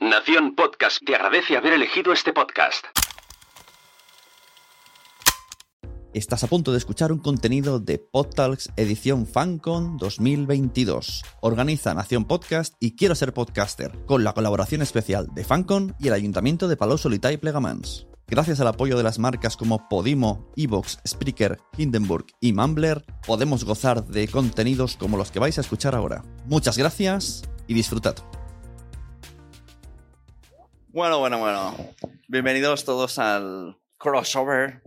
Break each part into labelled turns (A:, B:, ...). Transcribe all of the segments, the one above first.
A: Nación Podcast te agradece haber elegido este podcast.
B: Estás a punto de escuchar un contenido de PodTalks edición FanCon 2022. Organiza Nación Podcast y Quiero Ser Podcaster, con la colaboración especial de FanCon y el Ayuntamiento de Palau Solità y Plegamans. Gracias al apoyo de las marcas como Podimo, Evox, Spreaker, Hindenburg y Mumbler, podemos gozar de contenidos como los que vais a escuchar ahora. Muchas gracias y disfrutad. Bueno, bueno, bueno. Bienvenidos todos al crossover.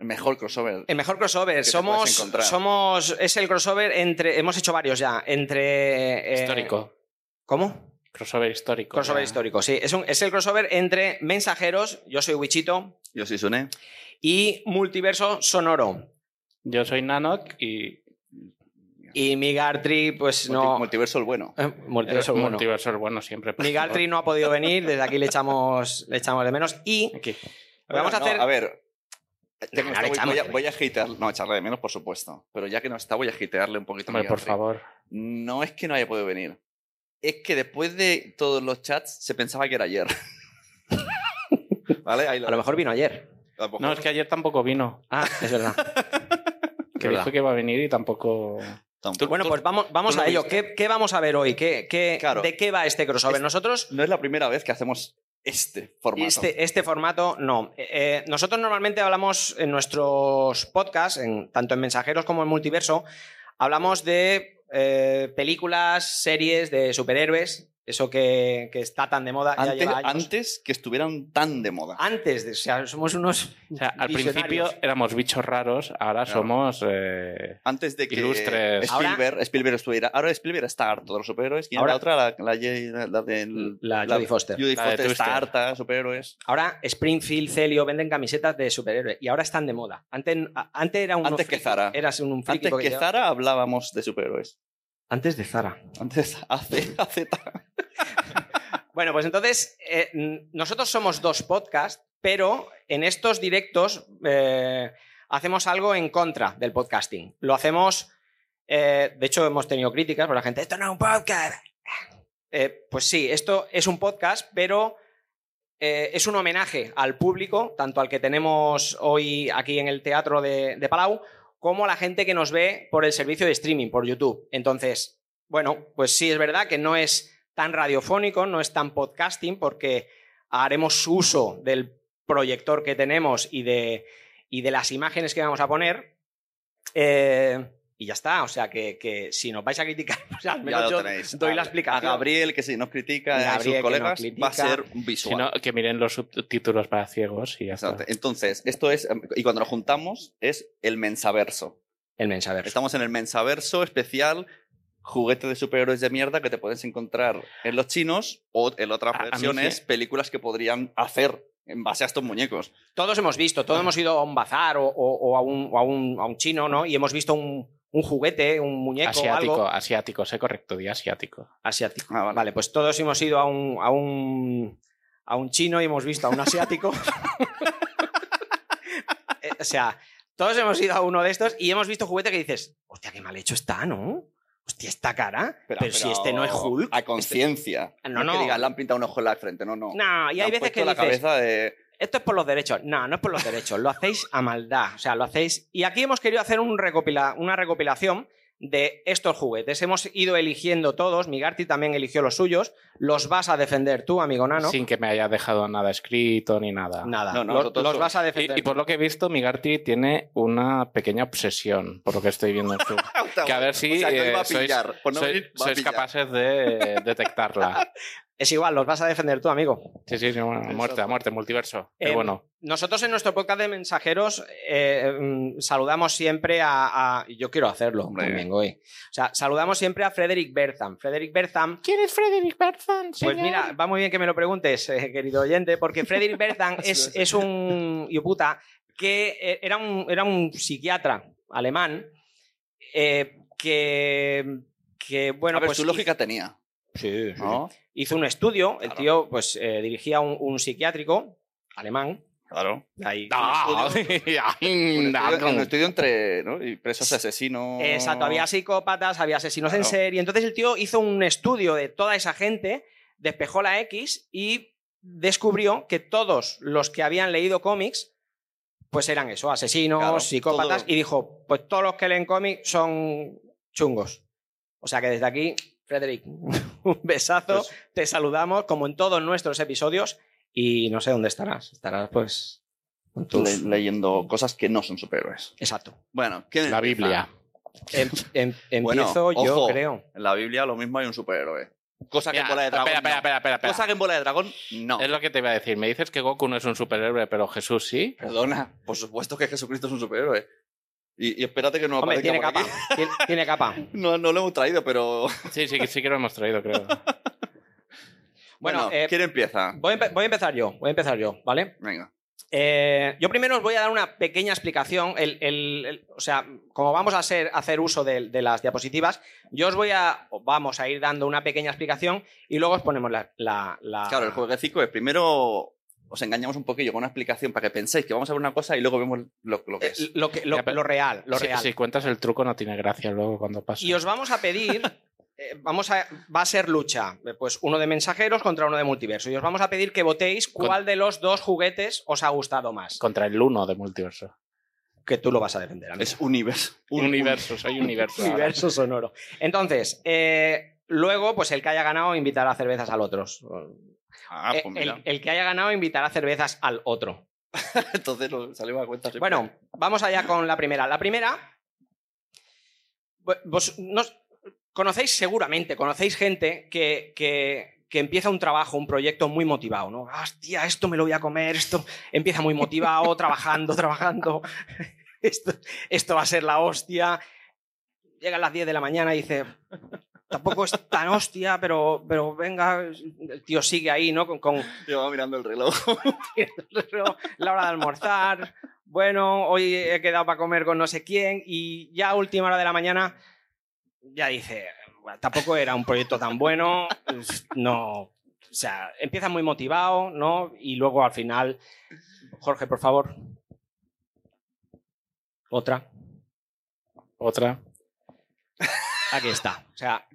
B: El mejor crossover.
C: El mejor crossover.
B: te
C: Somos,
B: puedes encontrar.
C: somos. Es el crossover entre. Hemos hecho varios ya. Entre. eh,
D: Histórico.
C: ¿Cómo?
D: Crossover histórico.
C: Crossover
D: ya.
C: histórico, sí. Es, un- es el crossover entre mensajeros, yo soy Wichito,
B: Yo soy Sune.
C: y multiverso sonoro.
D: Yo soy Nanok y.
C: Y Migartri, pues
B: Multi-
C: no.
B: Multiverso el bueno.
C: Eh, multiverso, bueno.
D: multiverso es bueno siempre. por
C: Migartri no ha podido venir, desde aquí le echamos, le echamos de menos. Y
D: favor. Aquí.
C: vamos
B: Bueno,
C: a
B: no,
C: hacer.
B: a ver. tengo-
C: Ahora
B: voy-
C: echamos,
B: voy, a,
C: güey.
B: voy a hatear- No, echarle de menos, por supuesto. Pero ya que no está, voy a hatearle un poquito.
D: Hombre,
B: a
D: por
B: Gantry.
D: favor.
B: No es que no haya podido venir. Es que después de todos los chats se pensaba que era ayer. ¿Vale? Ahí lo-
C: A lo mejor vino ayer.
B: a lo mejor-
D: No, es que ayer tampoco vino.
C: Ah, es verdad.
D: Que
C: verdad.
D: dijo que iba a venir y tampoco.
B: tampoco.
C: bueno, pues vamos, vamos
D: tú lo
C: a ello.
D: viste.
C: ¿Qué, qué vamos a ver hoy? ¿Qué, qué-
B: Claro.
C: ¿De qué va este crossover?
B: Es-
C: Nosotros
B: No es la primera vez que hacemos este formato.
C: Este, este formato no. Eh, eh, nosotros normalmente hablamos en nuestros podcasts, en, tanto en Mensajeros como en Multiverso, hablamos de eh, películas, series, de superhéroes, eso que, que está tan de moda. ya
B: antes,
C: lleva años.
B: antes que estuvieran tan de moda.
C: Antes de- o sea, somos unos.
D: O sea, al
C: visionarios.
D: principio éramos bichos raros, ahora somos. eh,
B: Antes de que
D: Ilustres.
B: Spielberg, Spielberg estuviera. Ahora Spielberg está harto de los superhéroes. ¿Quién
C: Ahora- Mm.
B: era la otra? La, la, la, la del-
C: La Jodie Foster.
B: Jodie
D: La
B: Mm,
D: de
B: Foster está
D: Twister.
B: harta de superhéroes.
C: Ahora Springfield, Celio venden camisetas de superhéroes y ahora están de moda. Antes, a- antes era un.
B: Antes que Zara.
C: Eras un friki
B: Antes
C: porque
B: que
C: te-
B: Zara hablábamos de superhéroes.
C: Antes de Zara.
B: Antes hace, hace
C: Bueno, pues entonces, eh, n- nosotros somos dos podcasts, pero en estos directos eh, hacemos algo en contra del podcasting. Lo hacemos, eh, de hecho hemos tenido críticas por la gente, esto no es un podcast. Eh, pues sí, esto es un podcast, pero eh, es un homenaje al público, tanto al que tenemos hoy aquí en el Teatro de, de Palau, como a la gente que nos ve por el servicio de streaming, por YouTube. Entonces, bueno, pues sí, es verdad que no es tan radiofónico, no es tan podcasting, porque haremos uso del proyector que tenemos y de, y de las imágenes que vamos a poner. Eh, y ya está, o sea que, que si nos vais a criticar, pues al menos yo doy la explicación.
B: A Gabriel, que si nos critica, a
C: Y
B: sus
C: Gabriel, que
B: colegas,
C: nos critica.
B: va a ser
D: si
B: visual.
D: no, que miren los subtítulos para ciegos y ya está.
B: Exacto. Entonces, esto es. Y cuando nos juntamos, es el mensaverso.
C: El mensaverso.
B: Estamos en el mensaverso especial. Juguete de superhéroes de mierda que te puedes encontrar en los chinos o en otras
D: A- a mí
B: versiones,
D: sí.
B: películas que podrían hacer en base a estos muñecos.
C: Todos hemos visto, todos hemos ido a un bazar o, o- o a, un, o a un- a un chino, ¿no? Y hemos visto un, un juguete, un muñeco,
D: asiático,
C: algo
D: asiático, sé correcto, di asiático.
C: asiático.
B: Ah, vale.
C: Vale, pues todos hemos ido a un, a un, a un chino y hemos visto a un asiático. Eh, o sea, todos hemos ido a uno de estos y hemos visto juguete que dices, hostia, qué mal hecho está, ¿no? Hostia, esta cara. Pero, si este no es Hulk. este- Ah,
B: A conciencia.
C: No,
B: es
C: no.
B: que digas, le han pintado un ojo en la frente. No, no.
C: No, y
B: Le han
C: hay veces
B: puesto
C: que
B: la
C: dices,
B: cabeza de.
C: esto es por los derechos. No, no es por los derechos, lo hacéis a maldad. O sea, lo hacéis. Y aquí hemos querido hacer un recopila- una recopilación de estos juguetes. Hemos ido eligiendo todos, Migarty también eligió los suyos. Los vas a defender tú, amigo Nano.
D: Sin que me haya dejado nada escrito ni nada.
C: Nada,
B: No, no,
C: los,
B: nosotros
C: los
B: somos-
C: vas a defender.
D: Y, y por lo que he visto, Migarty tiene una pequeña obsesión, por lo que estoy viendo en su. Que a ver si
B: O sea, no
D: eh,
B: iba a
D: sois,
B: pillar. Por no
D: sois-
B: venir, va a
D: sois
B: pillar.
D: capaces de eh, detectarla.
C: Es igual, los vas a defender tú, amigo.
D: Sí, sí, sí, bueno, muerte, a muerte, multiverso. Qué
C: Em,
D: bueno.
C: Nosotros en nuestro podcast de mensajeros eh, mm, saludamos siempre a, a- Yo quiero hacerlo
B: Hombre.
C: también hoy. O sea, saludamos siempre a Frederick Bertham. Frederick Bertham.
D: ¿Quién es Frederick Berthan?
C: Pues mira, va muy bien que me lo preguntes, eh, querido oyente, porque Frederick Bertham es, es un puta que eh, era un, era un psiquiatra alemán eh, que, que, bueno,
B: a ver,
C: pues
B: su lógica tenía.
C: Sí, sí.
B: ¿No?
C: hizo un estudio, el
B: Claro.
C: tío pues eh, dirigía un, un psiquiátrico alemán.
B: Claro.
C: Ahí-
B: Un estudio, un estudio entre ¿no? y presos asesinos.
C: Exacto, había psicópatas, había asesinos en
B: Oh. Claro.
C: serie. Entonces el tío hizo un estudio de toda esa gente despejó la X y descubrió que todos los que habían leído cómics, pues eran eso, asesinos,
B: Claro,
C: psicópatas,
B: todo-
C: y dijo, pues todos los que leen cómics son chungos. O sea que desde aquí, Frederick, un besazo,
B: Pues-
C: te saludamos como en todos nuestros episodios y no sé dónde estarás, estarás pues con tus-
B: Le- leyendo cosas que no son superhéroes.
C: Exacto.
B: Bueno, ¿quién
D: La
B: empieza?
D: Biblia.
C: Em- em-
B: Bueno,
C: empiezo yo,
B: ojo.
C: creo.
B: En la Biblia lo mismo hay un superhéroe. Cosa que en
D: Mira,
B: bola de dragón.
D: espera,
B: no.
D: espera, espera, espera, espera.
B: Cosa que en bola de dragón no.
D: Es lo que te iba a decir. Me dices que Goku no es un superhéroe, pero Jesús sí.
B: Perdona, por supuesto que Jesucristo es un superhéroe. Y, y espérate que no
C: Hombre,
B: aparezca
C: tiene
B: por
C: capa,
B: aquí.
C: tiene, tiene capa.
B: No, no lo hemos traído, pero.
D: Sí, sí, sí que lo hemos traído, creo.
C: Bueno,
B: Bueno,
C: eh,
B: ¿quién empieza?
C: Voy a, empe- voy a empezar yo, voy a empezar yo, ¿vale?
B: Venga.
C: Eh, yo primero os voy a dar una pequeña explicación. El- el- el- o sea, como vamos a hacer, hacer uso de, de las diapositivas, yo os voy a, os vamos a ir dando una pequeña explicación y luego os ponemos la... la- la-
B: Claro, el jueguecillo es primero os engañamos un poquillo con una explicación para que penséis que vamos a ver una cosa y luego vemos lo, lo que
C: eh,
B: es.
C: lo, que- lo-
D: Ya, pero-
C: lo real, lo
D: Si-
C: real.
D: Si, cuentas el truco no tiene gracia luego cuando pasa.
C: Y os vamos a pedir, eh, vamos a, va a ser lucha, eh, pues uno de mensajeros contra uno de multiverso. Y os vamos a pedir que votéis
D: Con-
C: cuál de los dos juguetes os ha gustado más.
D: Contra el uno de multiverso.
C: Que tú lo vas a defender. amigo.
B: Es universo.
D: Un universo, soy universo. ahora.
C: universo sonoro. Entonces, eh, luego, pues el que haya ganado invitará cervezas al otro.
B: Ah,
C: Eh,
B: pues mira.
C: el, el que haya ganado invitará cervezas al otro.
B: Entonces lo salimos a cuenta. siempre.
C: Bueno, vamos allá con la primera. La primera, vo- vos no- conocéis seguramente, conocéis gente que, que- que empieza un trabajo, un proyecto muy motivado, ¿no? "Ah, Hostia, esto me lo voy a comer, esto empieza muy motivado, trabajando, trabajando. Esto, esto va a ser la hostia. Llega a las 10 de la mañana y dice, tampoco es tan hostia, pero, pero venga, el tío sigue ahí, ¿no? Con- con,
B: Llevaba mirando el reloj.
C: pero la hora de almorzar. Bueno, hoy he quedado para comer con no sé quién y ya a última hora de la mañana ya dice, "Bueno, tampoco era un proyecto tan bueno, pues, no, o sea, empieza muy motivado, ¿no? Y luego al final, Jorge, por favor. Otra.
D: Otra.
C: Aquí está. O sea,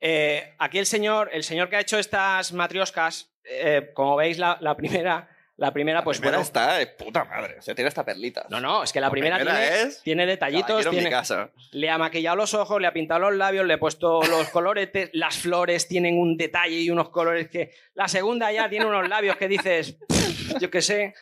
C: eh, aquí el señor, el señor que ha hecho estas matrioscas, eh, como veis la, la primera, la primera,
B: Pues
C: pues
B: primera
C: bueno,
B: está de puta madre. O sea, tiene esta perlita.
C: No, no, es que la primera, tiene,
B: es.
C: tiene detallitos,
B: Caballero en mi
C: tiene-
B: casa.
C: le ha maquillado los ojos, le ha pintado los labios, le ha puesto los coloretes, las flores tienen un detalle y unos colores que... La segunda ya tiene unos labios que dices, yo qué sé.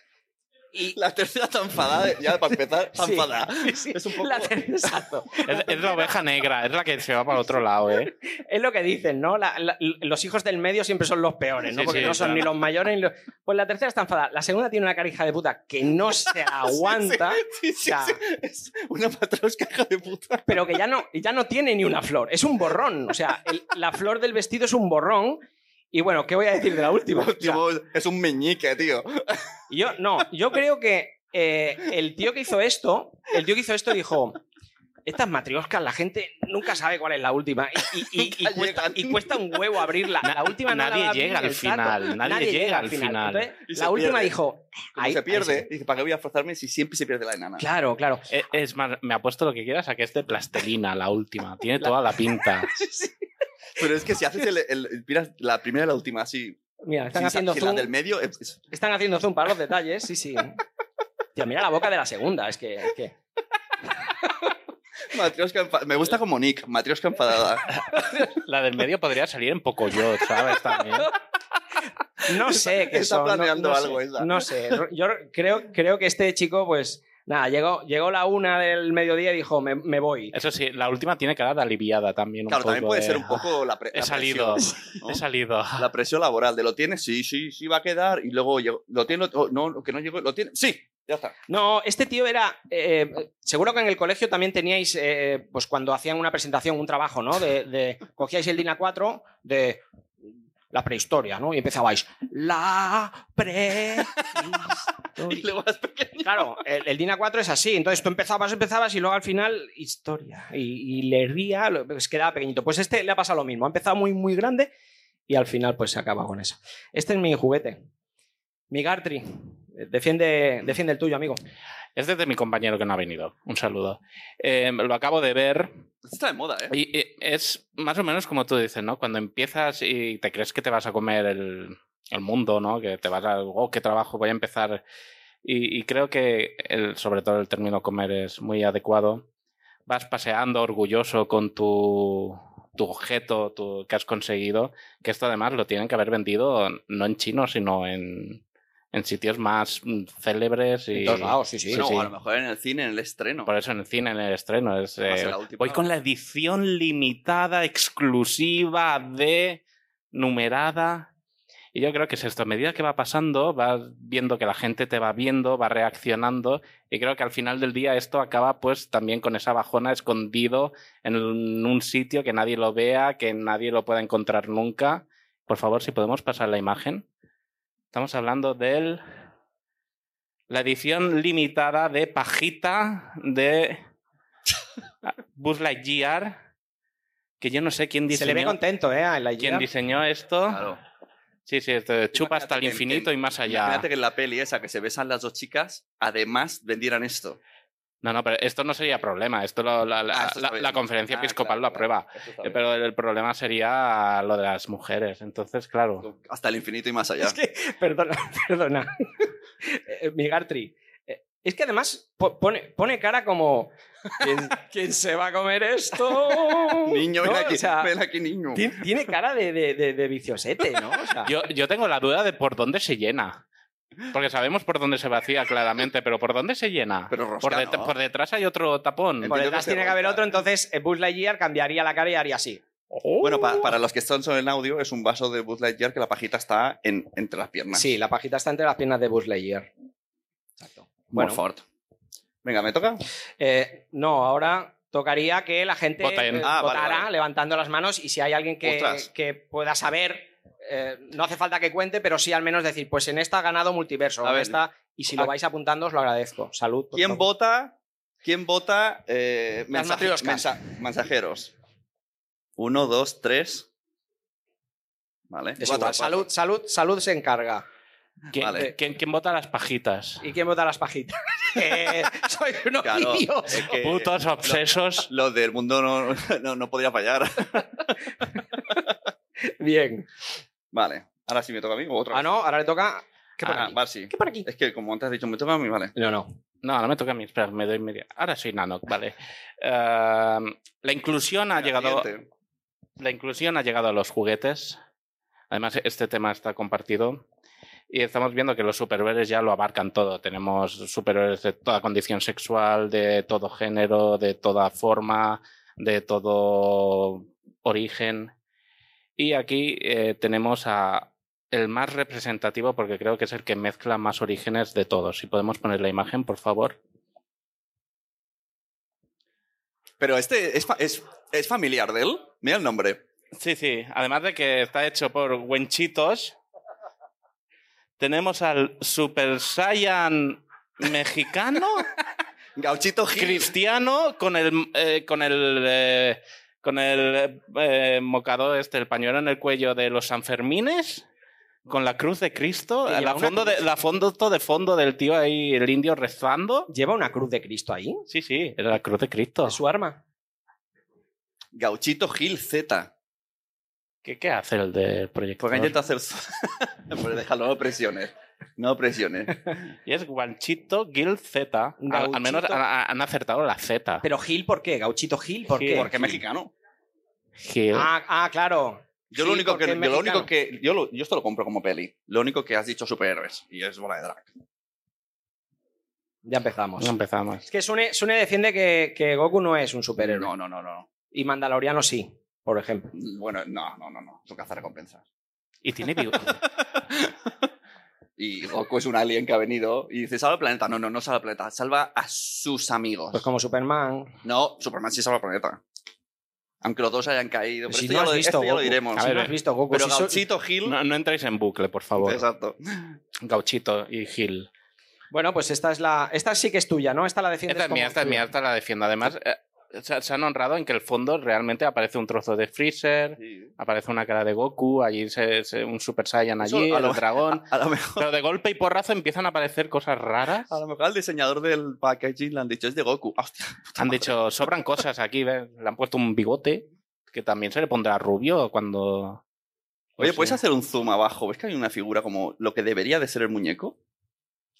C: Y,
B: La tercera está enfadada, de- ya para empezar, está
C: Sí.
B: enfadada.
C: sí,
B: Es un poco-
C: la ter- exacto.
D: Es, es la oveja negra, es la que se va para el otro lado, ¿eh?
C: Es lo que dicen, ¿no? La- la- los hijos del medio siempre son los peores, ¿no?
D: Sí,
C: Porque
D: sí,
C: no son
D: claro.
C: ni los mayores ni los... Pues la tercera está enfadada. La segunda tiene una carija de puta que no se aguanta.
B: Sí, sí,
C: Ya.
B: sí. Es una matrosca hija de puta.
C: pero que ya no, ya no tiene ni una flor, es un borrón. O sea, el- la flor del vestido es un borrón. Y bueno, ¿qué voy a decir de la última? O sea,
B: Tío, es un meñique, tío.
C: yo, no, yo creo que eh, el tío que hizo esto, el tío que hizo esto dijo, estas matrioscas, la gente nunca sabe cuál es la última. Y, y- y- y
B: Nunca
C: cuesta,
B: llegan.
C: y cuesta un huevo abrirla. La última no la
D: nadie
C: va a abrir
D: llega al
C: el tato.
D: final, nadie llega al final.
C: Entonces,
B: Y se
C: la última
B: pierde.
C: dijo,
B: Como
C: ahí-
B: se
C: ahí
B: pierde, dice, ¿para qué voy a forzarme si siempre se pierde la enana?
C: Claro, claro.
D: E- Es más, me apuesto lo que quieras a que es de plastelina, la última. Tiene toda la pinta.
B: Pero es que si haces el, el- el- miras la primera y la última así,
C: Mira,
B: sin
C: están
B: sa-
C: haciendo
B: sin la
C: zoom.
B: del medio, es- es-
C: Están haciendo zoom para los detalles, sí, sí. Tío, mira la boca de la segunda, es que... es que-
B: matrioshka enfa- Me gusta como Nick, matrioshka enfadada.
D: La del medio podría salir en poco yo, ¿sabes? También.
C: No sé qué
B: Está
C: son, no-
B: planeando
C: no
B: algo
C: sé,
B: esa.
C: No sé, yo creo, creo que este chico, pues, nada, llegó, llegó la una del mediodía y dijo, me, me voy.
D: Eso sí, la última tiene que dar de aliviada también. Un
B: Claro, también
D: poco
B: puede
D: de, ah,
B: ser un poco la, pre-
D: He
B: la
D: salido.
B: presión, ¿no?
D: He salido.
B: La presión laboral de lo tienes, sí, sí, sí va a quedar, y luego llegó- lo tiene, lo- no, que no llegó, lo tiene, sí, ya está.
C: No, este tío era, eh, seguro que en el colegio también teníais, eh, pues cuando hacían una presentación, un trabajo, ¿no? De, de- cogíais el DINA 4 de la prehistoria, ¿no? Y empezabais, la prehistoria.
B: Y luego más pequeño.
C: Claro, el, el DINA 4 es así. Entonces tú empezabas, empezabas y luego al final, historia. Y, y leería, lo- pues quedaba pequeñito. Pues este le ha pasado lo mismo. Ha empezado muy, muy grande y al final, pues se acaba con eso. Este es mi juguete. Mi Gartry. Defiende, defiende el tuyo, amigo.
D: Es desde mi compañero que no ha venido. Un saludo. Eh, lo acabo de ver
B: Esto está de moda, ¿eh?
D: y eh, es más o menos como tú dices, ¿no? Cuando empiezas y te crees que te vas a comer el, el mundo, ¿no? Que te vas a... ¡Oh, qué trabajo! Voy a empezar... Y, y creo que el- sobre todo el término comer es muy adecuado. Vas paseando orgulloso con tu, tu objeto tu- que has conseguido, que esto además lo tienen que haber vendido no en chino, sino en, en sitios más mm, célebres y...
C: En todos lados, sí, sí.
B: no,
D: sí.
B: a lo mejor en el cine, en el estreno.
D: Por eso en el cine, en el estreno, es...
B: Va a ser
D: eh,
B: la última.
D: Voy con la edición limitada, exclusiva, de numerada. Y yo creo que es esto. A medida que va pasando, vas viendo que la gente te va viendo, va reaccionando. Y creo que al final del día esto acaba pues también con esa bajona escondido en un sitio que nadie lo vea, que nadie lo pueda encontrar nunca. Por favor, si podemos pasar la imagen. Estamos hablando del... La edición limitada de pajita de ah, Buzz Lightyear, que yo no sé quién
C: Se le ve
D: diseñó,
C: contento, ¿eh? A la
D: quién
C: idea.
D: diseñó esto.
B: Claro.
D: Sí, sí, esto de chupa hasta el
B: Imagínate que-
D: infinito y más allá.
B: Imagínate que en la peli esa que se besan las dos chicas, además vendieran esto.
D: No, no, pero esto no sería problema. Esto lo- la, la-
B: Ah, esto
D: la-
B: está bien.
D: la conferencia
B: Ah,
D: episcopal
B: claro,
D: lo aprueba.
B: claro. Esto está
D: Eh,
B: bien.
D: Pero el problema sería lo de las mujeres. Entonces, claro.
B: Hasta el infinito y más allá.
C: Es que, perdona, perdona. Eh, Migartri. eh, Es que además po- pone, pone cara como. ¿Quién, quién se va a comer esto?
B: Niño,
C: ¿No?
B: ven aquí,
C: O sea,
B: ven aquí, niño.
C: ti- tiene cara de, de, de- de viciosete, ¿no? O sea,
D: Yo, yo tengo la duda de por dónde se llena. Porque sabemos por dónde se vacía claramente, pero ¿por dónde se llena?
B: Pero rosca,
D: por, det-
B: ¿no?
D: por detrás hay otro tapón.
B: Entiendo
C: por
B: que
C: detrás
B: se
C: tiene que haber
B: rota.
C: otro, entonces eh, Buzz Lightyear cambiaría la cara y haría así.
B: Bueno, pa- para los que están solo en audio, es un vaso de Buzz Lightyear que la pajita está en, entre las piernas.
C: Sí, la pajita está entre las piernas de Buzz Lightyear. Exacto.
B: Bueno.
C: Bueno,
B: Venga, ¿me toca?
C: eh, no, ahora tocaría que la gente
D: Voten.
C: eh,
B: Ah, vale,
C: votara
B: vale.
C: levantando las manos y si hay alguien que,
B: Ostras.
C: que pueda saber, eh, no hace falta que cuente, pero sí al menos decir, pues en esta ha ganado multiverso,
B: A
C: en
B: ver.
C: esta, y si lo vais apuntando os lo agradezco. Salud. por
B: ¿Quién
C: favor.
B: vota? ¿Quién vota? eh,
C: Las
B: mensaje-
C: matrioscas.
B: mensa- mensajeros. Uno, dos, tres. Vale.
C: Es
B: Cuatro,
C: igual,
B: cuatro.
C: Salud, salud, salud se encarga.
D: ¿Quién, eh,
B: Vale.
D: quién- quién vota las pajitas?
C: ¿Y quién vota las pajitas? Eh, soy unos
B: Claro,
C: niños.
B: es que
D: Putos obsesos.
B: Eh, Lo del mundo no, no, no podía fallar.
C: Bien.
B: Vale. Ahora sí me toca a mí o otra
C: Ah, no, ahora le toca. ¿Qué por
B: Ah,
C: aquí?
B: vale, sí.
C: ¿Qué por aquí?
B: Es que como antes has dicho, me toca a mí, vale.
C: No, no.
D: No, ahora me toca a mí. Espera, me doy media. Ahora soy Nanoc, vale. Ehm, la inclusión ha
B: Venga,
D: llegado.
B: siguiente.
D: La inclusión ha llegado a los juguetes. Además, este tema está compartido. Y estamos viendo que los superhéroes ya lo abarcan todo. Tenemos superhéroes de toda condición sexual, de todo género, de toda forma, de todo origen. Y aquí eh, tenemos a el más representativo, porque creo que es el que mezcla más orígenes de todos. Si podemos poner la imagen, por favor.
B: Pero este es, fa- es, es familiar de él. Mira el nombre.
D: Sí, sí. Además de que está hecho por Wenchitos, tenemos al Super Saiyan mexicano,
B: Gauchito Gil.
D: cristiano, con el eh, con el eh, con el eh, mocado este, el pañuelo en el cuello de los Sanfermines, con la cruz de Cristo,
C: Que lleva
D: la
C: una
D: fondo de
C: cruz.
D: la fondo todo de fondo del tío ahí, el indio rezando.
C: ¿Lleva una cruz de Cristo ahí?
D: Sí, sí, era la cruz de Cristo.
C: ¿Es su arma?
B: Gauchito Gil Z.
D: ¿Qué, qué hace el de proyecto?
C: Pues
B: Porque intenta hacer. Pero déjalo, no presiones. No presiones.
D: Y es Guanchito Gil Z. Al, al
C: Gauchito.
D: menos han, han acertado la Z.
C: ¿Pero Gil por qué? ¿Gauchito Gil por
D: Gil.
C: qué?
B: Porque es mexicano.
D: Gil.
C: Ah, ah, claro.
B: Yo lo
C: Gil
B: único que.
C: porque es
B: Yo, lo único
C: mexicano.
B: que yo, lo- yo esto lo compro como peli. Lo único que has dicho superhéroes. Y es bola de drag.
C: Ya empezamos.
D: No empezamos.
C: Es que Sune, Sune defiende que, que Goku no es un superhéroe.
B: No, no, no, no.
C: Y Mandaloriano sí, por ejemplo.
B: Bueno, no, no, no, no. Es un cazarrecompensas.
D: Y tiene bigo-
B: Y Goku es un alien que ha venido y dice: salva al planeta. No, no, no salva al planeta. Salva a sus amigos.
C: Pues como Superman.
B: No, Superman sí salva al planeta. Aunque los dos hayan caído. Pero
C: si
B: esto
C: no
B: ya,
C: has
B: lo,
C: visto
B: esto ya lo
C: Goku.
B: diremos.
C: Si
D: A ver,
C: no has visto Goku.
B: pero
C: Pues si so-
B: Gauchito Gil.
D: No, no entréis en bucle, por favor.
B: Exacto.
D: Gauchito y Gil.
C: Bueno, pues esta es la. Esta sí que es tuya, ¿no? Esta la defiendes
D: Esta es mía,
C: como
D: esta es mía,
C: tuya.
D: esta la defiendo. Además, eh, se, se han honrado en que el fondo realmente aparece un trozo de Freezer, aparece una cara de Goku, allí se, se- un Super Saiyan
B: Eso,
D: allí,
B: a lo-
D: el dragón.
B: A lo mejor.
D: Pero de golpe y porrazo empiezan a aparecer cosas raras.
B: A lo mejor al diseñador del packaging le han dicho es de Goku. Ah, hostia,
D: Han dicho, sobran cosas aquí, ¿ves? le han puesto un bigote que también se le pondrá rubio cuando...
B: Oye,
D: pues
B: ¿puedes
D: sí.
B: hacer un zoom abajo? ¿Ves que hay una figura como lo que debería de ser el muñeco?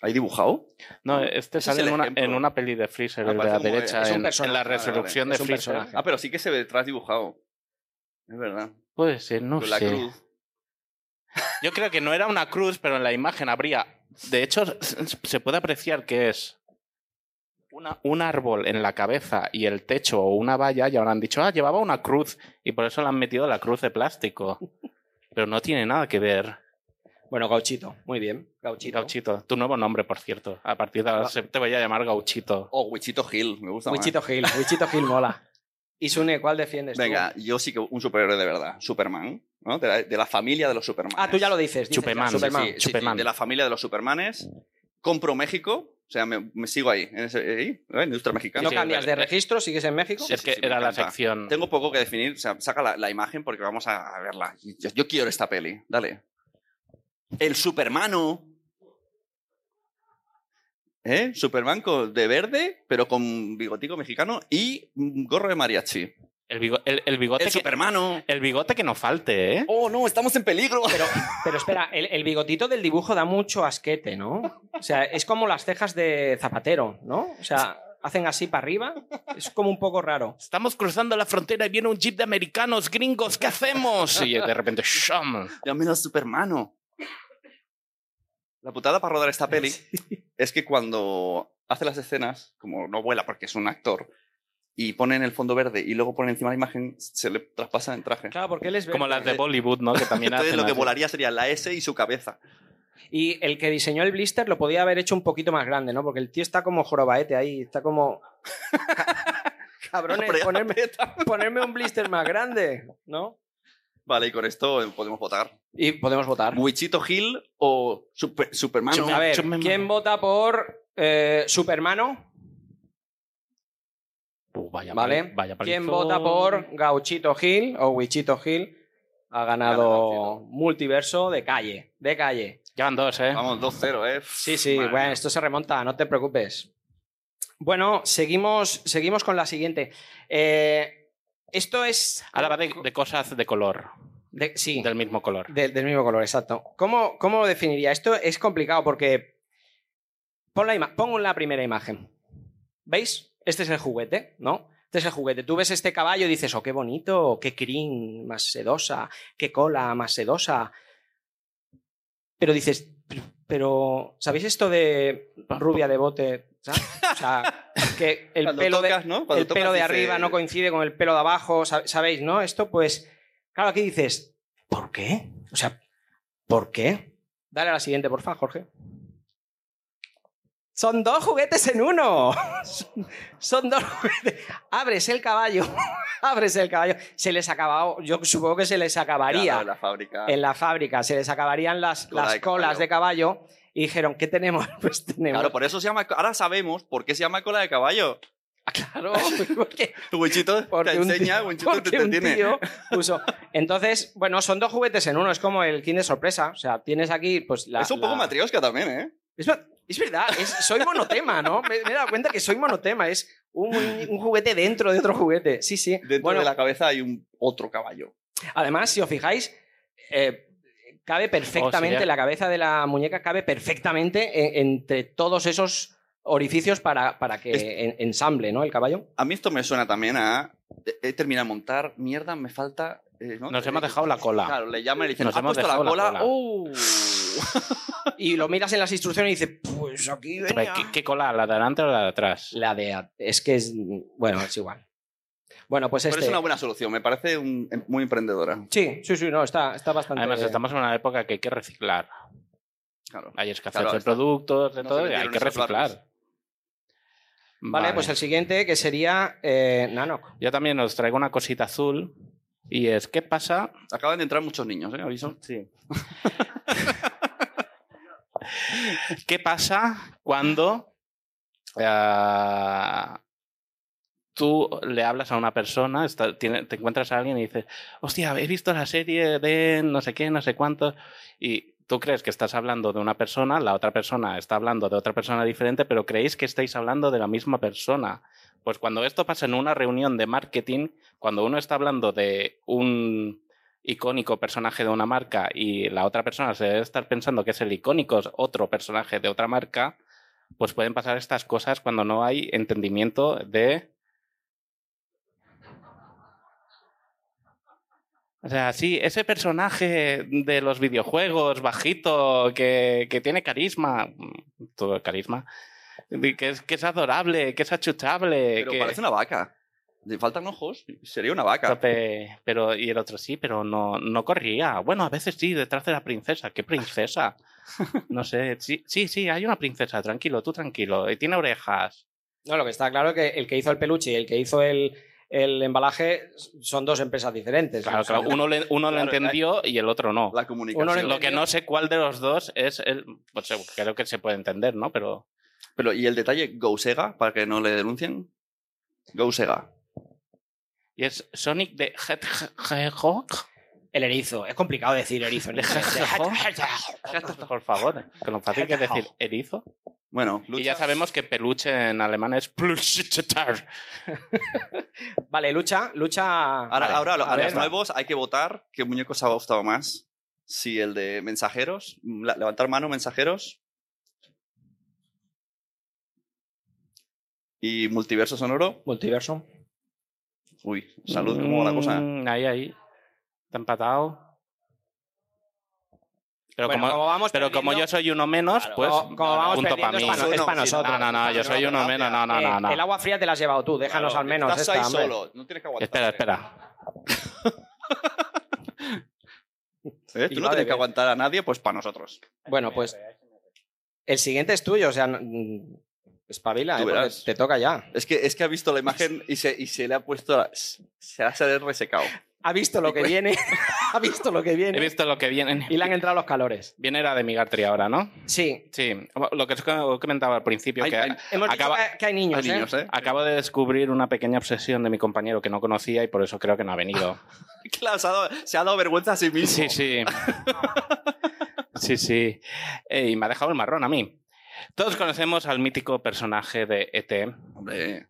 B: ¿Ahí dibujado?
D: No,
B: Ese
D: este
B: es
D: sale
B: el
D: en una,
B: ejemplo.
D: en una peli de Freezer,
B: Ah,
D: el de
B: parece
D: la
B: como-
D: derecha,
B: es un
D: en, en
C: personaje,
D: la
B: vale, vale,
D: resurrección
C: es un
D: de Freezer.
C: personaje.
B: Ah, pero sí que se ve detrás dibujado. Es verdad.
D: Puede ser, no
B: Con la
D: sé.
B: cruz.
D: Yo creo que no era una cruz, pero en la imagen habría. De hecho, s- se puede apreciar que es una- un árbol en la cabeza y el techo o una valla, y ahora han dicho, ah, llevaba una cruz, y por eso le han metido la cruz de plástico. Pero no tiene nada que ver.
C: Bueno, Gauchito, muy bien. Gauchito.
D: Gauchito, tu nuevo nombre, por cierto. A partir de ahora
C: Va.
D: se- te voy a llamar Gauchito.
B: Ah. Oh, Wichito Hill. Me gusta más.
C: Wichito Hill, Wichito Hill mola. Y Sune, ¿cuál defiendes
B: Venga,
C: tú?
B: yo sí que un superhéroe de verdad. Superman. ¿no? De, la, de la familia de los Supermanes.
C: Ah, tú ya lo dices. dices ya,
D: Chupeman, sí,
C: Superman.
B: Sí, sí,
D: Superman.
B: sí, de la familia de los Supermanes. Compro México. O sea, me, me sigo ahí. En ese, ahí, ¿eh? Industria mexicana.
C: ¿No
D: sí,
C: cambias
D: vale.
C: de registro? ¿Sigues en México?
B: Sí,
D: es que
B: me
D: era la
B: encanta.
D: sección.
B: Tengo poco que definir. O sea, saca la, la imagen porque vamos a, a verla. Yo, yo quiero esta peli. Dale. El Supermano. ¿Eh? Superman con- de verde, pero con bigotico mexicano y un gorro de mariachi.
D: El, bigo- el- el bigote
B: El
D: que,
B: Supermano.
D: el bigote que no falte, ¿eh?
B: Oh, no, estamos en peligro.
C: Pero, pero espera, el, el bigotito del dibujo da mucho asquete, ¿no? O sea, es como las cejas de Zapatero, ¿no? O sea, hacen así para arriba. Es como un poco raro.
D: Estamos cruzando la frontera y viene un jeep de americanos gringos, ¿qué hacemos? Y de repente, ¡shum!
B: Llámelo Supermano. La putada para rodar esta peli es que cuando hace las escenas, como no vuela porque es un actor, y pone en el fondo verde y luego pone encima la imagen, se le traspasa en traje.
C: Claro, porque él es
D: Como
C: verde.
D: las de Bollywood, ¿no? Que también
B: Entonces
D: hacen
B: lo que
D: así.
B: volaría sería la S y su cabeza.
C: Y el que diseñó el blister lo podía haber hecho un poquito más grande, ¿no? Porque el tío está como jorobaete ahí, está como... Cabrones,
B: Hombre,
C: ponerme,
B: aprieta.
C: ponerme un blister más grande, ¿no?
B: Vale, y con esto eh, podemos votar.
C: Y podemos votar.
B: Wichito Hill o Super- Superman.
C: A ver,
D: Chúpeme.
C: ¿quién vota por eh, Supermano?
D: Uh, vaya,
C: ¿Vale?
D: pali- Vaya
C: ¿Quién
D: palizón.
C: vota por Gauchito Gil o Wichito Gil? Ha
B: Ganado
C: ganado
B: Gauchito.
C: multiverso de calle, de calle.
D: Ya van dos, ¿eh?
B: Vamos, 2-0, ¿eh?
C: Sí, sí,
B: Madre
C: bueno,
B: mía.
C: esto se remonta, no te preocupes. Bueno, seguimos, seguimos con la siguiente. Eh, esto es...
D: Ahora va de, de cosas de color,
C: De- sí,
D: del mismo color.
C: del, del mismo color, exacto. ¿Cómo, ¿Cómo lo definiría? Esto es complicado porque... Pon la, ima- pon la primera imagen. ¿Veis? Este es el juguete, ¿no? Este es el juguete. Tú ves este caballo y dices, oh, qué bonito, qué crin más sedosa, qué cola más sedosa. Pero dices, "Pero- pero, ¿sabéis esto de rubia de bote? ¿sabes? O sea, que el
B: Cuando
C: pelo de,
B: tocas, ¿no? Cuando
C: el
B: tocas
C: pelo de
B: dice-
C: arriba no coincide con el pelo de abajo, sab- ¿sabéis, no? Esto, pues, claro, aquí dices, ¿por qué? O sea, ¿por qué? Dale a la siguiente, porfa, Jorge. Son dos juguetes en uno. Son dos juguetes. Abres el caballo. Abres el caballo. Se les acabado. Yo supongo que se les acabaría
B: Claro, de la fábrica.
C: en la fábrica. Se les acabarían las,
B: Cola
C: las
B: de
C: colas de caballo. Y dijeron, ¿qué tenemos? Pues tenemos.
B: Claro, por eso se llama. Ahora sabemos por qué se llama cola de caballo.
C: claro. pues, porque
B: Wichito te
C: Porque un
B: enseña,
C: tío-
B: Wichito te
C: porque un
B: entretiene.
C: tío puso. Entonces, bueno, son dos juguetes en uno, es como el Kinder Sorpresa. O sea, tienes aquí, pues la.
B: es un poco
C: la-
B: matriosca también, ¿eh?
C: Es, ver- es verdad, es- soy monotema, ¿no? Me, me he dado cuenta que soy monotema, es un, un juguete dentro de otro juguete. Sí, sí.
B: Dentro
C: bueno,
B: de la cabeza hay un otro caballo.
C: además, si os fijáis, eh, cabe perfectamente,
D: Oh, sí, ya.
C: la cabeza de la muñeca cabe perfectamente en- entre todos esos orificios para, para que
B: Es-
C: en- ensamble, ¿no? El caballo.
B: A mí esto me suena también a. He he terminado de montar, mierda, me falta. eh, ¿no?
D: Nos
B: Eh,
D: hemos dejado la cola.
B: Claro, le llaman y le dicen,
D: Nos
B: ¿ha
D: hemos
B: puesto la
D: dejado la
B: cola?
D: cola.
B: ¡Oh!
C: Ah. Y lo miras en las instrucciones y dices, pues aquí
D: Pero,
C: venía.
D: ¿Qué, qué cola? ¿La de adelante o la de atrás?
C: La de. a- Es que es. Bueno, es igual. Bueno, pues
B: Pero
C: este.
B: es una buena solución, me parece un- em, muy emprendedora.
C: Sí, sí, sí, no, está, está bastante.
D: Además, estamos en una época que hay que reciclar.
B: Claro.
D: Hay escasez
B: Claro,
D: de
B: está.
D: productos, de
B: No se
D: todo, y hay
B: vendieron
D: que
B: esos
D: reciclar.
B: barcos.
C: Vale, pues el siguiente que sería eh, Nanoc.
D: Yo también os traigo una cosita azul, y es, ¿qué pasa
B: Acaban de entrar muchos niños, ¿eh? Aviso. Sí.
D: ¿Qué pasa cuando ah, tú le hablas a una persona, está- tiene- te encuentras a alguien y dices, hostia, he visto la serie de no sé qué, no sé cuánto, y tú crees que estás hablando de una persona, la otra persona está hablando de otra persona diferente, pero creéis que estáis hablando de la misma persona. Pues cuando esto pasa en una reunión de marketing, cuando uno está hablando de un icónico personaje de una marca y la otra persona se debe estar pensando que es el icónico otro personaje de otra marca, pues pueden pasar estas cosas cuando no hay entendimiento de O sea, sí, ese personaje de los videojuegos, bajito, que, que tiene carisma, mm, todo carisma, de que es, que es adorable, que es achuchable,
B: Pero
D: que
B: parece una vaca. Le faltan ojos, sería una vaca.
D: tope- pero y el otro sí, pero no, no corría. Bueno, a veces sí, detrás de la princesa, ¿qué princesa? No sé, sí, sí, sí, hay una princesa, tranquilo, tú tranquilo, y tiene orejas.
C: No, lo que está claro es que el que hizo el peluche y el que hizo el, el embalaje son dos empresas diferentes.
D: Claro,
C: O sea,
D: claro, uno le, uno lo
B: Claro,
D: entendió y el otro no.
B: La
C: Uno le-
B: comunicación.
D: Lo que no sé cuál de los dos es el. Pues eh, creo que se puede entender, ¿no? Pero.
B: Pero, y el detalle, Go Sega, para que no le denuncien. Go Sega.
D: Y es Sonic de Hedgehog.
C: El erizo. Es complicado decir erizo. en inglés.
D: Por favor, con lo fácil que es decir erizo.
B: Bueno,
D: Y ya
B: lucha.
D: sabemos que peluche en alemán es Plüschtar.
C: vale, lucha, lucha.
B: Ahora,
C: vale.
B: ahora a lo- a
C: ver,
B: los nuevos hay que votar qué muñeco se ha gustado más. Si el de mensajeros, mm, la- levantar mano, mensajeros. Y multiverso sonoro.
C: Multiverso.
B: Uy, salud, ¿cómo va la cosa?
D: Mm, Ahí, ahí. Está empatado. Pero,
C: Bueno,
D: como,
C: vamos
D: pero como yo
C: perdiendo-
D: soy uno menos,
C: Claro,
D: pues.
C: como- como vamos
D: punto para
C: perdiendo
D: mí.
C: es pa-
B: Uno,
C: es pa
B: sí,
C: nosotros.
D: No, no, no, yo soy uno menos. No, no,
C: Eh,
D: no.
C: El
D: no.
C: agua fría te la has llevado tú. Déjanos
B: Claro,
C: al menos.
B: Estás
C: esta,
B: ahí
C: hombre.
B: solo, no tienes que aguantar.
D: Espera, espera.
B: ¿Eh?
C: Y
B: Tú no tienes
C: madre
B: que
C: mía.
B: aguantar a nadie, pues para nosotros.
C: Bueno, pues. El siguiente es tuyo, o sea. mm, Espabila,
B: Tú
C: eh, porque
B: verás.
C: te toca ya.
B: Es que, es que ha visto la imagen y se, y se le ha puesto. la- se ha se le ha resecado.
C: Ha visto lo que viene. Pues, ha visto lo que
D: He
C: viene.
D: visto lo que viene.
C: Y le han entrado los calores.
D: Viene era de Migartri ahora, ¿no?
C: Sí.
D: Sí. Lo que os comentaba al principio,
B: Ay,
D: que
B: ay,
C: Hemos
D: Acaba-
C: dicho que- que hay niños,
B: Hay
C: ¿eh?
B: niños, ¿eh?
D: Acabo de descubrir una pequeña obsesión de mi compañero que no conocía y por eso creo que no ha venido.
B: Claro, se ha dado, se ha dado vergüenza a sí mismo.
D: Sí, sí. Sí, sí. Eh, y me ha dejado el marrón a mí. Todos conocemos al mítico personaje de E ET,
B: Hombre,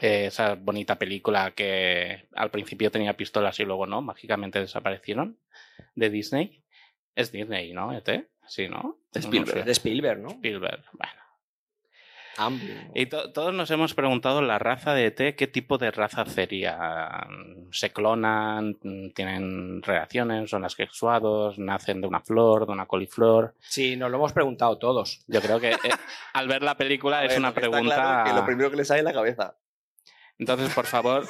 D: eh, esa bonita película que al principio tenía pistolas y luego no, mágicamente desaparecieron, de Disney. Es Disney, ¿no? ET, sí, ¿no?
B: Spielberg. eh.
D: No
C: De
D: sé.
C: Spielberg, ¿no?
D: Spielberg, bueno.
C: Ambos.
D: Y to- todos nos hemos preguntado la raza de ET, qué tipo de raza sería. ¿Se clonan? ¿Tienen relaciones? ¿Son las sexuados? ¿Nacen de una flor, de una coliflor?
C: Sí, nos lo hemos preguntado todos.
D: Yo creo que eh, al ver la película
B: a
D: es
B: ver,
D: una
B: lo que está
D: pregunta.
B: claro es que lo primero que le sale es la cabeza.
D: Entonces, por favor.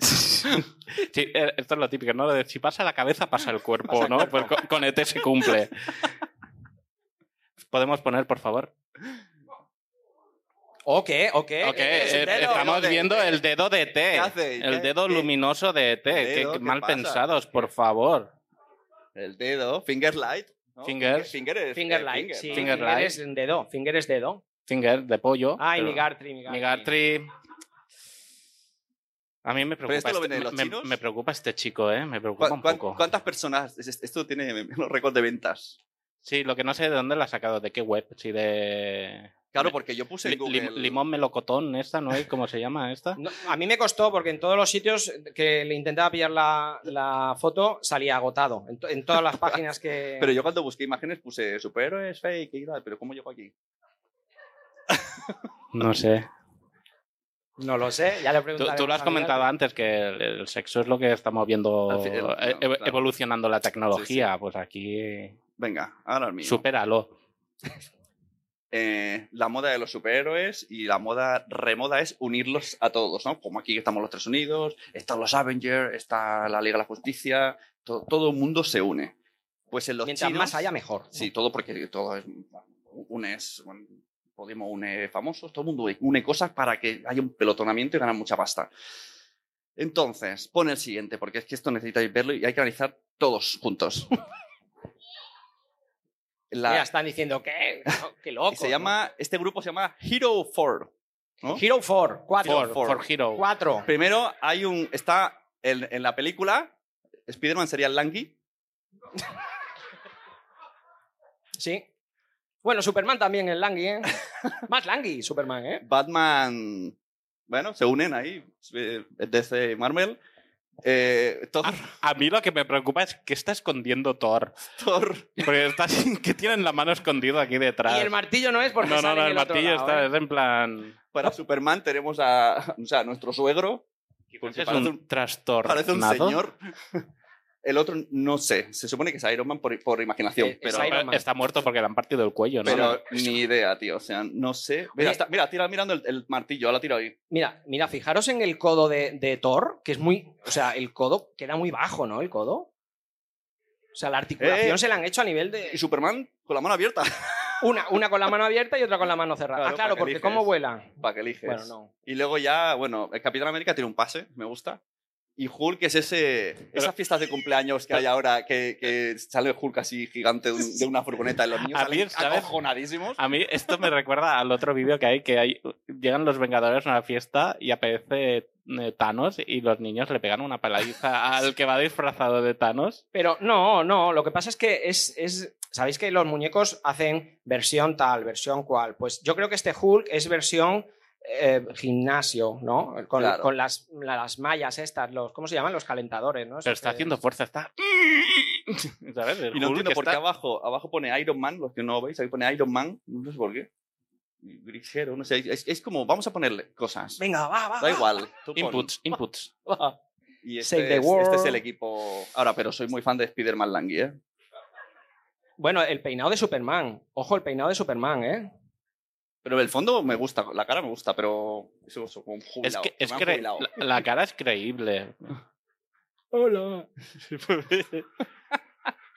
D: Sí, eh, esto es lo típico, ¿no? De si pasa la cabeza, pasa el cuerpo,
B: Pasa el
D: ¿no?
B: cuerpo.
D: Pues con, con ET se cumple. ¿Podemos poner, por favor?
C: ¿O qué? ¿O qué?
D: Ok,
B: eh, es un
D: eh,
B: dedo,
D: estamos
B: ¿no? de-
D: viendo
B: de-
D: el dedo de ET.
B: hace? ¿Qué-
D: El dedo
B: qué?
D: luminoso de ET. Qué-
B: Dedo,
D: qué
B: ¿qué
D: mal
B: pasa?
D: pensados, por favor.
B: El dedo, finger light. ¿no?
D: Fingers.
B: Finger es-
C: Finger
B: eh,
C: light,
B: finger,
C: sí.
B: ¿no?
D: Finger
C: Finger,
D: light.
C: es dedo. Finger es dedo.
D: Finger de pollo.
C: Ay,
D: pero-
C: Migartri, Migartri.
D: Migartri. A mí me preocupa,
B: esto lo
D: este-
B: venden los
D: me-
B: chinos?
D: me preocupa este chico, ¿eh? Me
B: ¿Cu-
D: preocupa un
B: cuán-
D: poco.
B: ¿Cuántas personas? es- es- Esto tiene unos récords de ventas.
D: Sí, lo que no sé de dónde la ha sacado, de qué web, si de...
B: Claro, porque yo puse en
D: Li- lim-
B: Google.
D: limón melocotón, esta, ¿no? ¿Y ¿Cómo se llama esta?
C: No, a mí me costó porque en todos los sitios que le intentaba pillar la, la foto salía agotado. En, to- en todas las páginas que.
B: Pero yo cuando busqué imágenes puse superhéroes, fake y tal, pero ¿cómo llegó aquí?
D: No sé.
C: No lo sé, ya le
D: Tú,
C: pregunté.
D: tú lo has comentado ¿eh? antes, que el, el sexo es lo que estamos
B: Al
D: viendo,
B: fin- el- no,
D: e- e-
B: claro.
D: evolucionando la tecnología. Pues aquí, eh,
B: Venga, ahora el mío.
D: supéralo.
B: Eh, la moda de los superhéroes y la moda remoda es unirlos a todos, ¿no? Como aquí estamos los tres unidos, están los Avengers, está la Liga de la Justicia, to- todo el mundo se une. Pues en los
C: Mientras
B: chinos-
C: más haya, mejor.
B: Sí, todo porque todo es. Unes, bueno, Podemos une famosos, todo el mundo une cosas para que haya un pelotonamiento y ganar mucha pasta. Entonces, pon el siguiente, porque es que esto necesitáis verlo y hay que analizar todos juntos. La-
C: Mira, están diciendo que. Qué loco.
B: se
C: ¿no?
B: llama, Este grupo se llama Hero 4. ¿no?
C: Hero 4, 4.
D: For,
B: For.
D: for Hero.
C: 4.
B: Primero hay un. Está en, en la película. Spider-Man sería el Lanky.
C: Sí. Bueno, Superman también es Langui, ¿eh? Más Langui, Superman, ¿eh?
B: Batman. Bueno, se unen ahí. eh, DC y Marvel. Eh, Thor,
D: A mí lo que me preocupa es que está escondiendo Thor.
B: Thor.
D: Porque está sin que tienen la mano escondida aquí detrás.
C: Y el martillo no es porque
D: no, no,
C: sale
D: no,
C: en
D: el
C: otro
D: martillo
C: lado,
D: está
C: ¿eh?
D: es en plan.
B: Para Superman tenemos a, o sea, a nuestro suegro. que
D: Es
B: parece un-
D: un trastorno.
B: Parece un señor. El otro, no sé. Se supone que es Iron Man por, por imaginación.
C: Eh,
B: pero
C: es Iron Man.
D: Está muerto porque le han partido el cuello, ¿no?
B: pero ni idea, tío. O sea, no sé. Mira,
C: Oye.
B: está- mira tira mirando el, el martillo. Ahora tiro ahí.
C: Mira, mira, fijaros en el codo de, de Thor, que es muy. O sea, el codo queda muy bajo, ¿no? El codo. O sea, la articulación
B: Eh.
C: se la han hecho a nivel de.
B: Y Superman con la mano abierta.
C: Una, una con la mano abierta y otra con la mano cerrada.
B: Claro,
C: ah, claro,
B: para que
C: porque
B: eliges.
C: ¿cómo vuela?
B: Para que eliges.
C: Bueno, no.
B: Y luego ya, bueno, el Capitán América tiene un pase, me gusta. Y Hulk es ese, esas fiestas de cumpleaños que hay ahora, que, que sale Hulk así gigante de un- de una furgoneta y los niños
D: A
B: salen
D: mí, ¿sabes?
B: acojonadísimos.
D: A mí esto me recuerda al otro vídeo que hay, que hay, llegan los Vengadores a una fiesta y aparece eh, Thanos y los niños le pegan una paladiza al que va disfrazado de Thanos.
C: Pero no, no, lo que pasa es que es, es. Sabéis que los muñecos hacen versión tal, versión cual. Pues yo creo que este Hulk es versión eh, gimnasio, ¿no? Con,
B: Claro.
C: con las, las mallas estas, los. ¿Cómo se llaman? Los calentadores, ¿no? Este
D: Pero
C: Esos
D: está
C: que-
D: haciendo fuerza, está... ¿Sabes? El
B: Y no
D: Hulk
B: entiendo por qué
D: está-
B: abajo, abajo pone Iron Man, los que no veis, ahí pone Iron Man, no sé por qué. Grisero, no sé, es, es como, vamos a ponerle cosas.
C: Venga, va, va.
B: Da
C: va.
B: igual. tú pon.
D: Inputs, inputs.
B: Y este,
C: Save the
B: es,
C: world.
B: este es el equipo. Ahora, pero soy muy fan de Spider-Man Langui, ¿eh?
C: Bueno, el peinado de Superman. Ojo, el peinado de Superman, ¿eh?
B: Pero el fondo me gusta, la cara me gusta, pero. Es como un
D: Es
B: jubilado.
D: que,
B: se
D: es
B: me han
D: que
B: jubilado.
D: la, la cara es creíble.
C: Hola.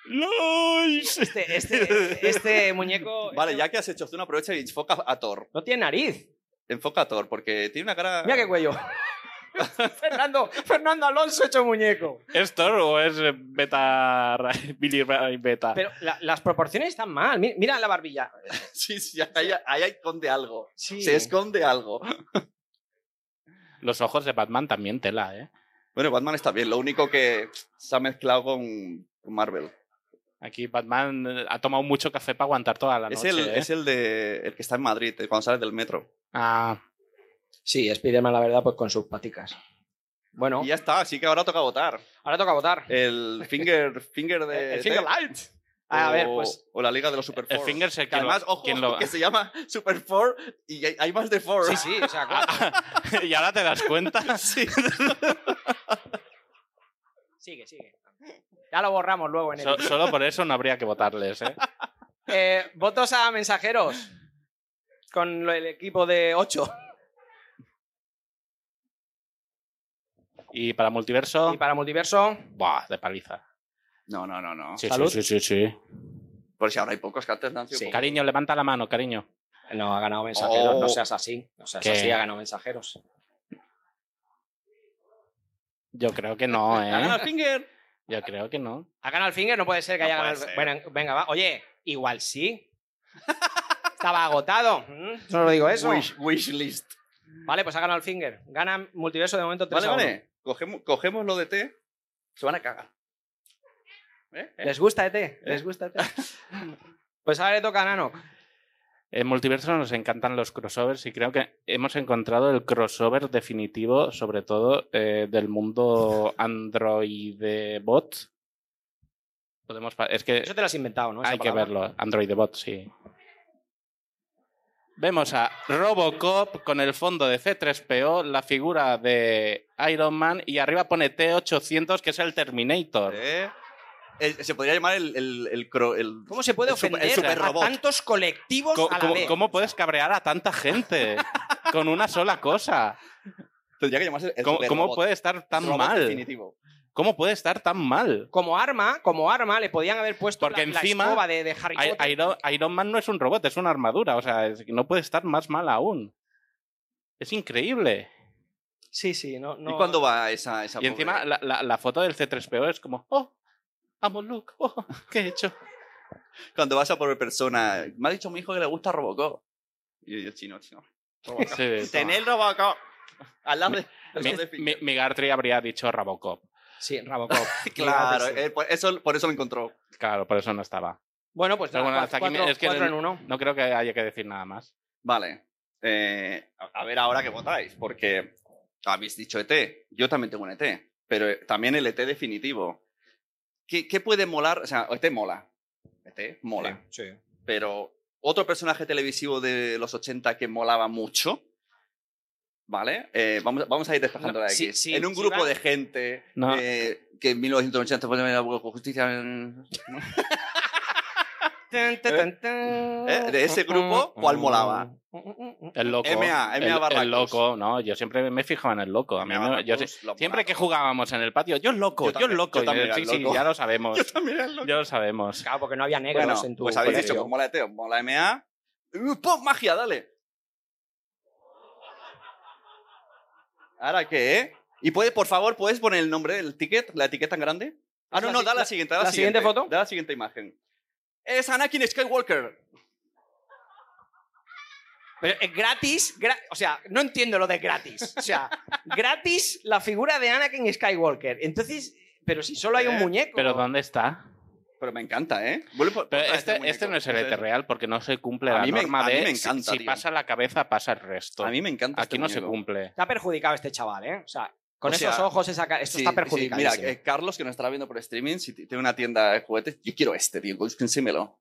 D: ¡Lois!
C: Este, este, este muñeco.
B: Vale,
C: este-
B: ya que has hecho, tú una aprovecha y enfoca a Thor.
C: No tiene nariz.
B: Enfoca a Thor, porque tiene una cara.
C: Mira qué cuello. Fernando, Fernando Alonso hecho muñeco.
D: ¿Es Thor o es eh, Beta... Ray- Billy Ray Beta?
C: Pero la- las proporciones están mal. Mi- Mira, la barbilla.
B: Sí, sí, ahí, ahí esconde algo.
C: Sí.
B: Se esconde algo.
D: Los ojos de Batman también tela, ¿eh?
B: Bueno, Batman está bien, lo único que se ha mezclado con, con Marvel.
D: Aquí Batman eh, ha tomado mucho café para aguantar toda la
B: es,
D: noche.
B: el,
D: ¿eh?
B: es el de el que está en Madrid, eh, cuando sales del metro.
D: Ah,
C: Sí, Spiderman, la verdad, pues con sus paticas. Bueno,
B: Y ya Eh, está, así que ahora toca votar.
C: ahora toca votar.
B: El finger, finger de.
C: el Finger
B: de-
C: Light. A
B: o-
C: ver, pues.
B: O la Liga de los Super
D: el
B: Four.
D: Finger se
B: Que además, ojo,
D: quien lo-
B: que se llama Super Four y hay, hay más de Four.
C: Sí, sí, o sea, cuatro.
D: y ahora te das cuenta.
C: Sigue, sigue. Ya lo borramos luego en el.
D: So- solo por eso no habría que votarles, ¿eh?
C: Eh, votos a mensajeros. Con lo- el equipo de 8.
D: Y para multiverso,
C: Y para multiverso.
D: buah, de paliza.
B: No, no, no, no.
D: Sí,
C: Salud.
D: sí, sí, sí, sí.
B: Por si ahora hay pocos que pues, antes no han sido
C: Sí.
B: pocos.
D: Cariño, levanta la mano, cariño.
C: No, ha ganado mensajeros.
B: Oh.
C: No seas así. No seas
D: ¿Qué?
C: así, ha ganado mensajeros.
D: Yo creo que no,
B: Ha ganado
D: ¿eh?
B: el Finger.
D: Yo creo que no.
C: Ha ganado el finger, no puede ser que
B: No
C: haya
B: puede
C: ganado el...
B: ser.
C: Bueno, venga, va. Oye, igual sí. Estaba agotado. ¿Mm? Solo digo eso.
B: Wish, wish list.
C: Vale, pues ha ganado el finger. Gana multiverso de momento
B: Vale,
C: 3 a uno.
B: vale. Cogemos, cogemos lo de T. Se van a cagar. ¿Eh? ¿Eh?
C: ¿Les gusta ET? ¿Les gusta ET? pues ahora le toca a Nano.
D: En multiverso nos encantan los crossovers y creo que hemos encontrado el crossover definitivo, sobre todo eh, del mundo Android bot. Podemos pa- es que
C: Eso te lo has inventado, ¿no? Esa
D: Hay que
C: palabra.
D: verlo, Android Bot, sí. Vemos a Robocop con el fondo de C3PO, la figura de Iron Man y arriba pone T800, que es el Terminator.
B: ¿Eh? El- se podría llamar el, el, el, cro- el-
C: ¿Cómo se puede
B: El super- el
C: ofender a
B: superrobot.
C: tantos colectivos
D: Co-
C: a la
D: ¿Cómo,
C: vez?
D: cómo puedes cabrear a tanta gente con una sola cosa?
B: Tendría que llamarse el
D: ¿Cómo,
B: super
D: cómo
B: robot.
D: puede estar tan
B: Robot
D: mal?
B: definitivo.
D: ¿Cómo puede estar tan mal?
C: Como arma, como arma, le podían haber puesto
D: Porque
C: la, la
D: encima
C: escoba de, de Harry
D: I-
C: Potter.
D: Iron, Iron Man no es un robot, es una armadura, o sea, es- no puede estar más mal aún. Es increíble.
C: Sí, sí, no. no
B: ¿Y cuándo va esa, esa
D: Y encima
B: pobre?
D: la, la- la foto del C3PO es como, oh, amo Luke, oh, ¿qué he hecho?
B: Cuando vas a por persona. Me ha dicho mi hijo que le gusta Robocop. Y yo, chino, chino. Robocop.
D: Sí,
B: Tener Robocop. Al lado de.
D: mi,
B: de-
D: mi- mi Gartry habría dicho Robocop.
C: Sí, Robocop.
B: claro,
C: que sí.
B: eh, por, eso, por eso lo encontró.
D: Claro, por eso no estaba.
C: Bueno, pues
D: Pero bueno,
C: nada,
D: hasta aquí
C: cuatro,
D: me- es que
C: cuatro en uno.
D: No creo que haya que decir nada más.
B: Vale. Eh, a a ver ahora qué votáis, porque habéis dicho ET. Yo también tengo un ET, pero eh, también el ET definitivo. ¿Qué, qué puede molar? O sea, ET mola. ET mola.
C: Sí.
B: Pero otro personaje televisivo de los 80 que molaba mucho. ¿Vale? Eh, vamos, vamos a ir despejando
C: No,
B: de
C: sí,
B: aquí.
C: sí,
B: en un
C: sí,
B: grupo
C: va.
B: de gente
D: No.
B: eh, que en 1980 fue la Justicia. eh, en-
C: Tan, tan, tan, tan.
B: ¿Eh? De
C: Mm,
B: ese grupo, ¿cuál molaba?
D: El loco.
B: MA, MA
D: el- el,
B: Barracus.
D: loco, ¿no? Yo siempre me fijaba en el loco. A mí me- yo
B: Barracus,
D: si-
B: lo
D: siempre
B: malo.
D: que jugábamos en el patio, yo el loco,
B: Yo
D: yo,
B: también-
D: el loco.
B: yo también era
D: sí,
B: el
D: sí,
B: loco.
D: ya lo sabemos.
B: También el loco.
D: ya lo sabemos.
C: Claro, porque no había negros
B: Bueno,
C: en tu
B: pues habéis
C: colegio.
B: dicho, pues mola ET, mola MA. Uh, ¡Pop, magia, dale! ¿Ahora qué, eh? ¿Y puedes, por favor, puedes poner el nombre del ticket, la etiqueta en grande? Ah, no,
C: Pues La
B: no,
C: si-
B: da la,
C: la-
B: siguiente, da la,
C: la siguiente foto.
B: Da la siguiente imagen. Es Anakin Skywalker.
C: Pero es gratis, gra- o sea, no entiendo lo de gratis. O sea, gratis la figura de Anakin Skywalker. Entonces, pero si solo hay un
B: Eh,
C: muñeco.
D: Pero ¿dónde está?
B: Pero me encanta, ¿eh? Vuelve por-
D: Pero
B: otra vez
D: este,
B: muñeco.
D: este no es el ET real porque no se cumple
B: A
D: la
B: mí me-
D: norma
B: a mí
D: de
B: me
D: si-
B: encanta,
D: si,
B: tío.
D: pasa la cabeza, pasa el resto.
B: A mí me encanta
D: Aquí
B: este
D: no se
B: muñeco.
D: cumple.
C: Está perjudicado este chaval, ¿eh? O sea, con
B: O sea,
C: esos ojos, esa cara, esto
B: Sí,
C: está
B: sí,
C: perjudicado.
B: mira, eh, Carlos, que nos estará viendo por streaming, si t- tiene una tienda de juguetes, yo quiero este, tío, consímelo.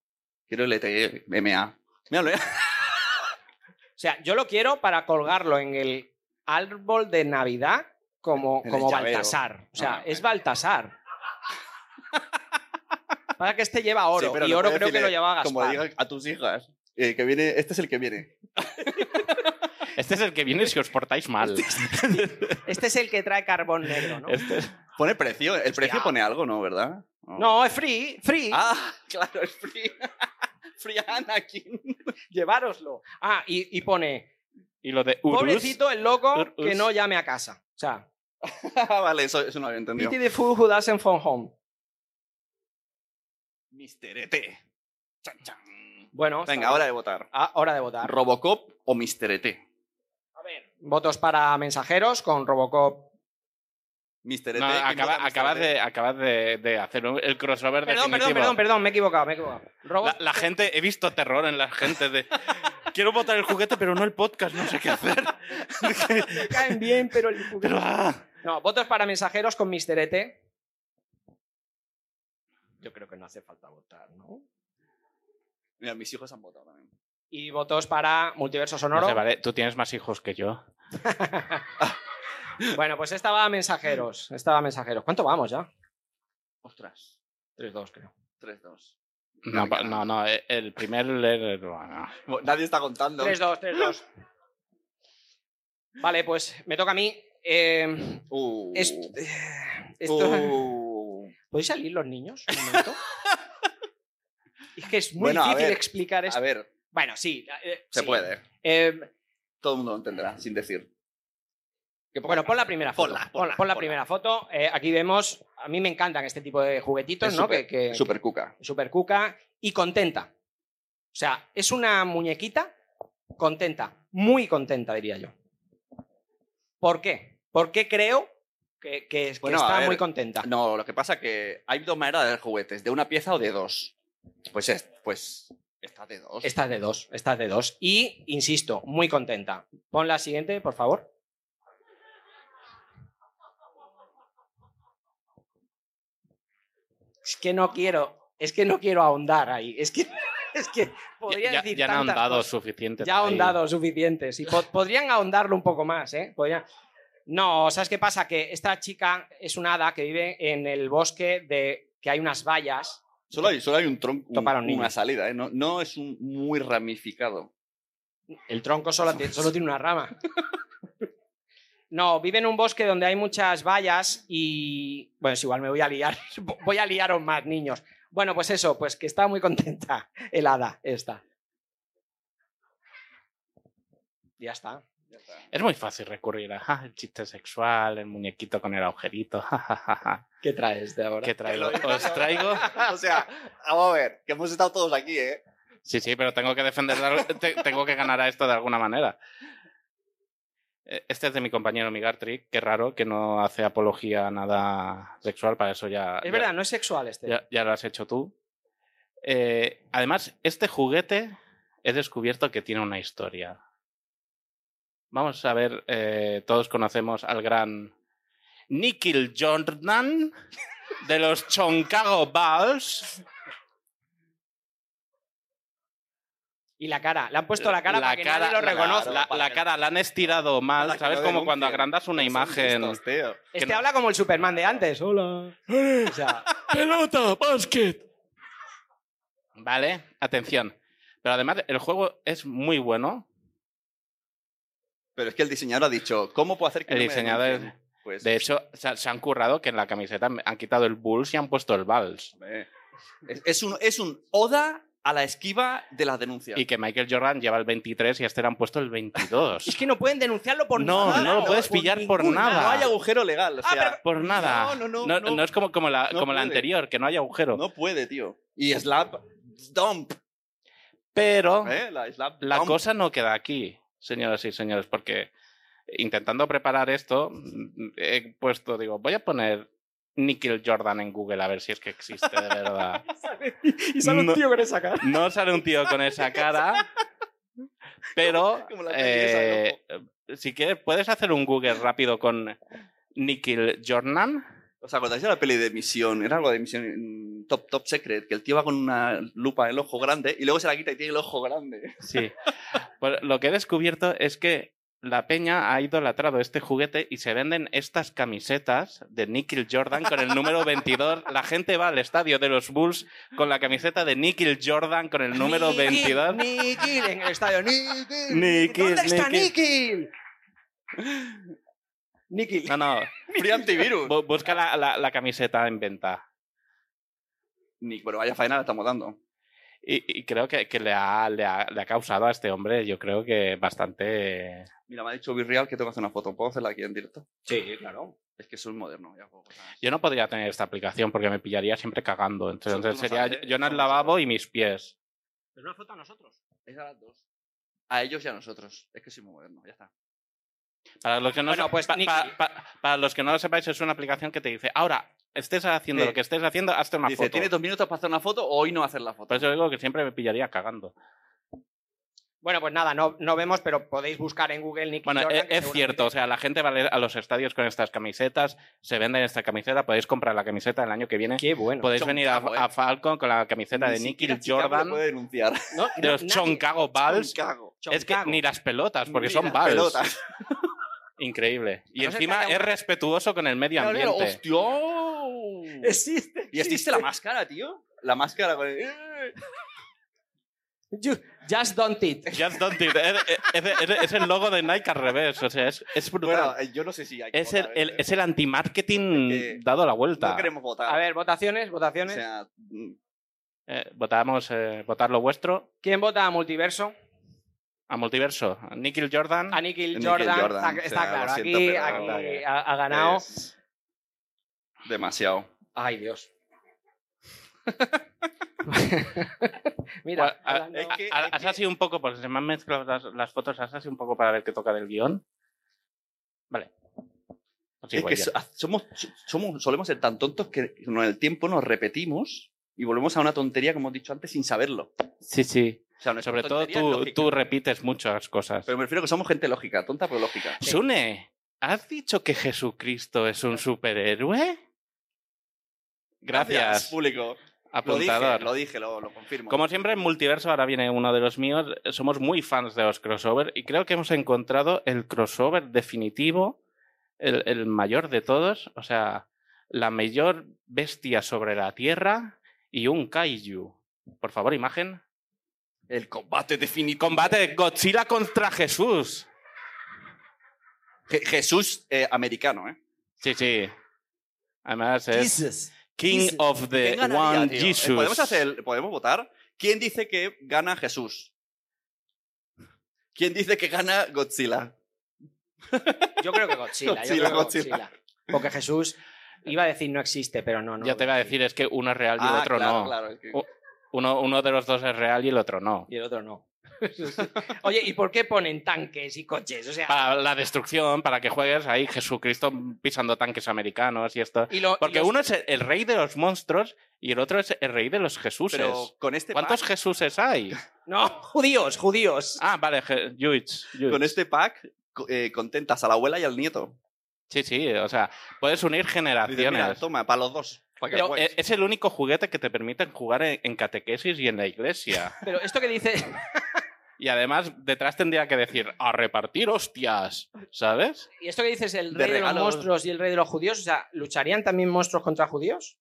B: Quiero el E ET MA. Míralo, ¿eh?
C: O sea, yo lo quiero para colgarlo en el árbol de Navidad como,
B: En el
C: como
B: llavero.
C: Baltasar. O sea,
B: Ah,
C: es
B: bueno.
C: Baltasar. Para que este lleva oro.
B: Sí, pero
C: y
B: le
C: oro
B: puedes
C: creo que
B: decir,
C: lo llevaba Gaspar.
B: Como diga a tus hijas. eh, que viene, este es el que viene.
D: Este es el que viene si os portáis mal.
C: Este es el que trae carbón negro, ¿no?
D: Este es-
B: Pone precio. El precio pone algo, ¿no? ¿Verdad?
C: No, es free, free.
B: Ah, claro, es free. free Anakin.
C: Llevároslo. Ah, y, y pone,
D: Y lo de Urus.
C: pobrecito el loco
D: Urus.
C: que no llame a casa. O sea,
B: Ah, vale, eso, eso no había entendido.
C: pity the fool who doesn't phone home.
B: Mister ET. Chan, chan.
C: Bueno, está
B: Venga,
C: bien.
B: hora de votar.
C: Ah, hora de votar.
B: ¿Robocop o Mister ET?
C: A ver, votos para mensajeros con Robocop.
B: Mister ET.
D: No,
B: ¿quién vota
D: acaba-
B: Mr.
D: acabas
B: ET?
D: de, acabas de, de hacer un- el crossover
C: Perdón, perdón,
D: definitivo.
C: perdón, perdón, me he equivocado, me he equivocado. Robo-
D: La, la gente, he visto terror en la gente de. Quiero votar el juguete, pero no el podcast, no sé qué hacer.
C: Me caen bien, pero el juguete-
D: Pero, ah.
C: No, votos para mensajeros con E Mr. ET. Yo creo que no hace falta votar, ¿no?
B: Mira, mis hijos han votado también.
C: Y votos para Multiverso
D: No
C: Sonoro.
D: sé, vale, tú tienes más hijos que yo.
C: Bueno, pues esta va a mensajeros. Esta va a mensajeros. ¿Cuánto vamos ya?
B: Ostras.
C: 3-2, creo.
B: 3-2.
D: No,
B: Venga.
D: pa- no, no, eh, el primer. eh, bueno.
B: Bueno, Nadie está contando.
C: 3-2, 3-2. Vale, pues me toca a mí. Eh,
B: Uh,
C: est- eh, esto-
B: uh.
C: ¿Podéis salir los niños? Un momento. es que es muy
B: Bueno, a
C: difícil
B: ver,
C: explicar
B: A
C: esto.
B: ver,
C: Bueno, sí. eh,
B: se
C: sí.
B: puede.
C: Eh,
B: Todo el mundo lo entenderá, sin decir. Que poca
C: bueno, pon la
B: gracia.
C: primera foto.
B: Ponla,
C: Pon la,
B: ponla, ponla.
C: primera foto. Eh, aquí vemos, a mí me encantan este tipo de juguetitos,
B: Es
C: ¿no?
B: súper-
C: que, que-
B: Super cuca.
C: super cuca y contenta. O sea, es una muñequita contenta, muy contenta, diría yo. ¿Por qué? Porque creo que, que- que
B: Bueno, a
C: está
B: ver,
C: muy contenta.
B: No, lo que pasa que hay dos maneras de hacer juguetes, de una pieza o de dos. Pues es, pues está de dos.
C: Estás de dos, estás de dos. Y, insisto, muy contenta. Pon la siguiente, por favor. Es que no quiero, es que no quiero ahondar ahí. Es que, es que podría
D: Ya, ya-
C: decir
D: ya han
C: tantas
D: ahondado
C: cosas.
D: suficiente.
C: Ya
D: ahí.
C: ahondado suficientes. Y po- podrían ahondarlo un poco más, ¿eh? Podrían- No, ¿sabes qué pasa? Que esta chica es una hada que vive en el bosque de que hay unas vallas.
B: Solo hay, solo hay un tronco, un-
C: Toparon
B: una
C: niños.
B: salida, ¿eh? No, no es un muy ramificado.
C: El tronco solo, ti- solo tiene una rama. No, vive en un bosque donde hay muchas vallas y. Bueno, es igual, me voy a liar. Voy a liaros más, niños. Bueno, pues eso, pues que está muy contenta el hada esta. Ya está.
D: Es muy fácil recurrir a ja, el chiste sexual, el muñequito con el agujerito. ja, ja, ja, ja.
C: ¿Qué traes de ahora?
D: ¿Qué traigo? Os traigo.
B: o sea, vamos a ver, que hemos estado todos aquí, ¿eh?
D: Sí, sí, pero tengo que defender, de al- te- tengo que ganar a esto de alguna manera. Eh, Este es de mi compañero Migartrick, qué raro que no hace apología a nada sexual, para eso ya...
C: Es
D: ya-
C: verdad, no es sexual este.
D: Ya, ya lo has hecho tú. Eh, además, este juguete he descubierto que tiene una historia. Vamos a ver, eh, todos conocemos al gran Nikhil Jordan de los Choncago Bulls.
C: Y la cara, le han puesto la cara para que nadie lo
D: la-
C: reconozca.
D: La, la cara la han estirado mal,
B: Para que
D: ¿sabes?
B: lo
D: Como cuando
B: denuncien.
D: agrandas una
B: Son
D: imagen.
B: listos, tío.
C: Este
D: no-
C: habla como el Superman de antes. Hola. O sea,
D: ¡Pelota! ¡Básquet! Vale, atención. Pero además, el juego es muy bueno.
B: Pero es que el diseñador ha dicho, ¿cómo puedo hacer que
D: El
B: no me
D: diseñador es-
B: denuncien? Pues,
D: De hecho, se, se han currado que en la camiseta han quitado el Bulls y han puesto el Vals.
B: hombre, es, es un, es un oda a la esquiva de la denuncia.
D: Y que Michael Jordan lleva el 23 y a este le han puesto el 22.
C: es que no pueden denunciarlo por
D: No,
C: nada.
D: no lo puedes pillar por
C: ningún
D: nada.
B: No hay agujero legal, o
C: Ah,
B: sea,
D: Por nada.
B: No, no, no, no.
D: es como, como, la,
B: No
D: como la
B: puede.
D: anterior, que no hay agujero.
B: no puede, tío. Y slap dump,
D: Pero
B: ¿eh? La slap
D: la
B: dump.
D: cosa no queda aquí, señoras y señores, porque intentando preparar esto, mm, he puesto, digo, voy a poner Nikhil Jordan en Google a ver si es que existe de verdad.
C: Y sale un
D: No.
C: tío con esa cara.
D: No sale un tío con esa cara. Pero
B: Como la peli esa,
D: eh, si quieres, puedes hacer un Google rápido con Nikhil Jordan.
B: ¿Os acordáis de la peli de Misión? Era algo de Misión mm, Top Top Secret, que el tío va con una lupa en el ojo grande y luego se la quita y tiene el ojo grande.
D: Sí. Pues lo que he descubierto es que la peña ha idolatrado este juguete y se venden estas camisetas de Nikhil Jordan con el número 22. La gente va al estadio de los Bulls con la camiseta de Nikhil Jordan con el número
C: Nikhil,
D: 22.
C: Nikhil en el estadio. Nikhil.
D: Nikhil,
C: ¿Dónde está
D: Nikhil.
C: Nikhil? Nikhil.
D: No, no.
B: Free antivirus.
D: bu- Busca la- la- la camiseta en venta.
B: Nick, pero vaya faena la estamos dando.
D: Y, y creo que, que le, ha, le ha- le ha causado a este hombre, yo creo que bastante.
B: Mira, me ha dicho Virreal que tengo que hacer una foto. ¿Puedo hacerla aquí en directo?
C: Sí, claro.
B: Es que soy moderno. Ya pues, hago cosas.
D: Yo no podría tener esta aplicación porque me pillaría siempre cagando. Entonces,
B: Eso tú no
D: sería
B: sabes, ¿eh?
D: yo en el
B: Eso no
D: lavabo y mis pies.
C: Pero una foto a nosotros.
B: Es a las dos. A ellos y a nosotros. Es que soy muy moderno, ya está.
D: Para los que no,
C: Bueno,
D: se-
C: pues,
D: pa-
C: Nick-
D: pa- pa- para los que no lo sepáis, es una aplicación que te dice: ahora, estés haciendo
B: Sí.
D: lo que estés haciendo, hazte una
B: Dice,
D: foto.
B: ¿tienes dos minutos para hacer una foto o hoy no hacer la
D: Por
B: foto?
D: eso digo que siempre me pillaría cagando.
C: Bueno, pues nada, no, no vemos, pero podéis buscar en Google Nikhil
D: Bueno, e-
C: Jordan,
D: es,
C: que
D: es cierto, o sea, la gente va a los estadios con estas camisetas, se venden esta camiseta, podéis comprar la camiseta el año que viene.
C: seguramente- Qué bueno.
D: Podéis
B: choncazo,
D: venir a,
B: eh.
D: a Falcon con la camiseta de
B: Ni
D: Nicky
B: siquiera Chicago
D: Jordan.
B: lo puede denunciar.
C: No,
D: de
C: no,
D: los
C: nadie.
D: Choncago Bulls.
B: Cago.
D: Es que
C: Choncago.
D: ni las pelotas, porque
B: Ni
D: son
B: las
D: Bulls.
B: pelotas.
D: Increíble. Y
C: Pero se
D: encima
C: trata de
D: es
C: una-
D: respetuoso con el medio
B: Mira, mira,
D: ambiente.
B: ¡Hostia!
C: Existe.
B: ¿Y existe la máscara, tío? La máscara con el- ¡Eh!
C: You- Just don't it.
D: Just don't do it. Es, es- es- es el logo de Nike al revés. O sea, es, es brutal.
B: Bueno, eh, yo no sé si hay que
D: es, el,
B: votar,
D: el-
B: eh.
D: es el anti-marketing
B: Es que
D: dado la vuelta.
B: No queremos votar.
C: A ver, votaciones,
B: O
C: votaciones.
B: sea, mm,
D: Eh, votamos, eh, votar lo vuestro
C: ¿Quién vota a Multiverso?
D: a multiverso. A Nikhil Jordan.
C: A Nikhil
B: Nikhil
C: Jordan.
B: Jordan, o
C: está-
B: sea,
C: está
B: lo
C: claro,
B: siento,
C: aquí,
B: pero-
C: aquí ha, ha ganado.
B: es pues demasiado.
C: Ay, Dios. Mira,
D: Bueno, a-
C: hablando-
B: es que-
D: a- Has así un poco, porque se me han mezclado las, las fotos, has así un poco para ver qué toca del guión. Vale. Pues
B: es
D: igual
B: que
D: ya.
B: so- ah, somos, somos, solemos ser tan tontos que con el tiempo nos repetimos y volvemos a una tontería, como hemos dicho antes, sin saberlo.
D: Sí, sí.
B: O sea, nuestra
D: Sobre todo
B: tontería es
D: tú,
B: lógica.
D: tú repites muchas cosas.
B: Pero me refiero que somos gente lógica, tonta pero lógica.
D: Sune, ¿has dicho que Jesucristo es un superhéroe? Gracias,
B: público. Lo dije,
D: apuntador.
B: lo dije, lo, lo confirmo.
D: Como siempre en Multiverso, ahora viene uno de los míos. Somos muy fans de los crossover y creo que hemos encontrado el crossover definitivo, el, el mayor de todos. O sea, la mayor bestia sobre la Tierra y un kaiju. Por favor, imagen.
B: El combate definitivo.
D: Combate de Godzilla contra Jesús.
B: Je- Jesús eh, americano, ¿eh?
D: Sí, sí. Además es
E: Jesus.
D: King
E: Jesus.
D: of the
B: ¿Quién ganaría,
D: One
B: tío? Eh,
D: Jesus.
B: ¿Podemos, hacer, el- podemos votar. ¿Quién dice que gana Jesús? ¿Quién dice que gana Godzilla?
C: yo creo que Godzilla. yo
B: Godzilla,
C: creo
B: Godzilla.
C: que Godzilla. Porque Jesús iba a decir no existe, pero no. no
D: Ya te
C: no
D: iba a
C: existe.
D: decir, es que uno es real y el
B: Ah,
D: otro
B: claro,
D: no. Oh,
B: claro, es que-
D: Uno, uno de los dos es real y el otro no.
C: Y el otro no. Oye, ¿y por qué ponen tanques y coches? O sea,
D: Para la destrucción, para que juegues ahí Jesucristo pisando tanques americanos y esto.
C: y lo- y
D: Porque
C: los-
D: uno es el, el rey de los monstruos y el otro es el rey de los Jesuses.
B: Pero con este,
D: ¿Cuántos
B: pack,
D: Jesuses hay?
C: No, judíos, judíos.
D: Ah, vale, Je- Yuits, Yuits.
B: con este pack co- eh, contentas a la abuela y al nieto.
D: Sí, sí, o sea, puedes unir
B: Dices, mira,
D: generaciones.
B: toma, para los dos. pa' que
D: Pero
B: juegues.
D: e- es el único juguete que te permiten jugar en, en catequesis y en la iglesia.
C: Pero esto que dice,
D: Y además, detrás tendría que decir, a repartir hostias, ¿sabes?
C: y esto que dices el
B: De
C: rey de, los
B: regalos.
C: monstruos y el rey de los judíos, o sea, ¿lucharían también monstruos contra judíos?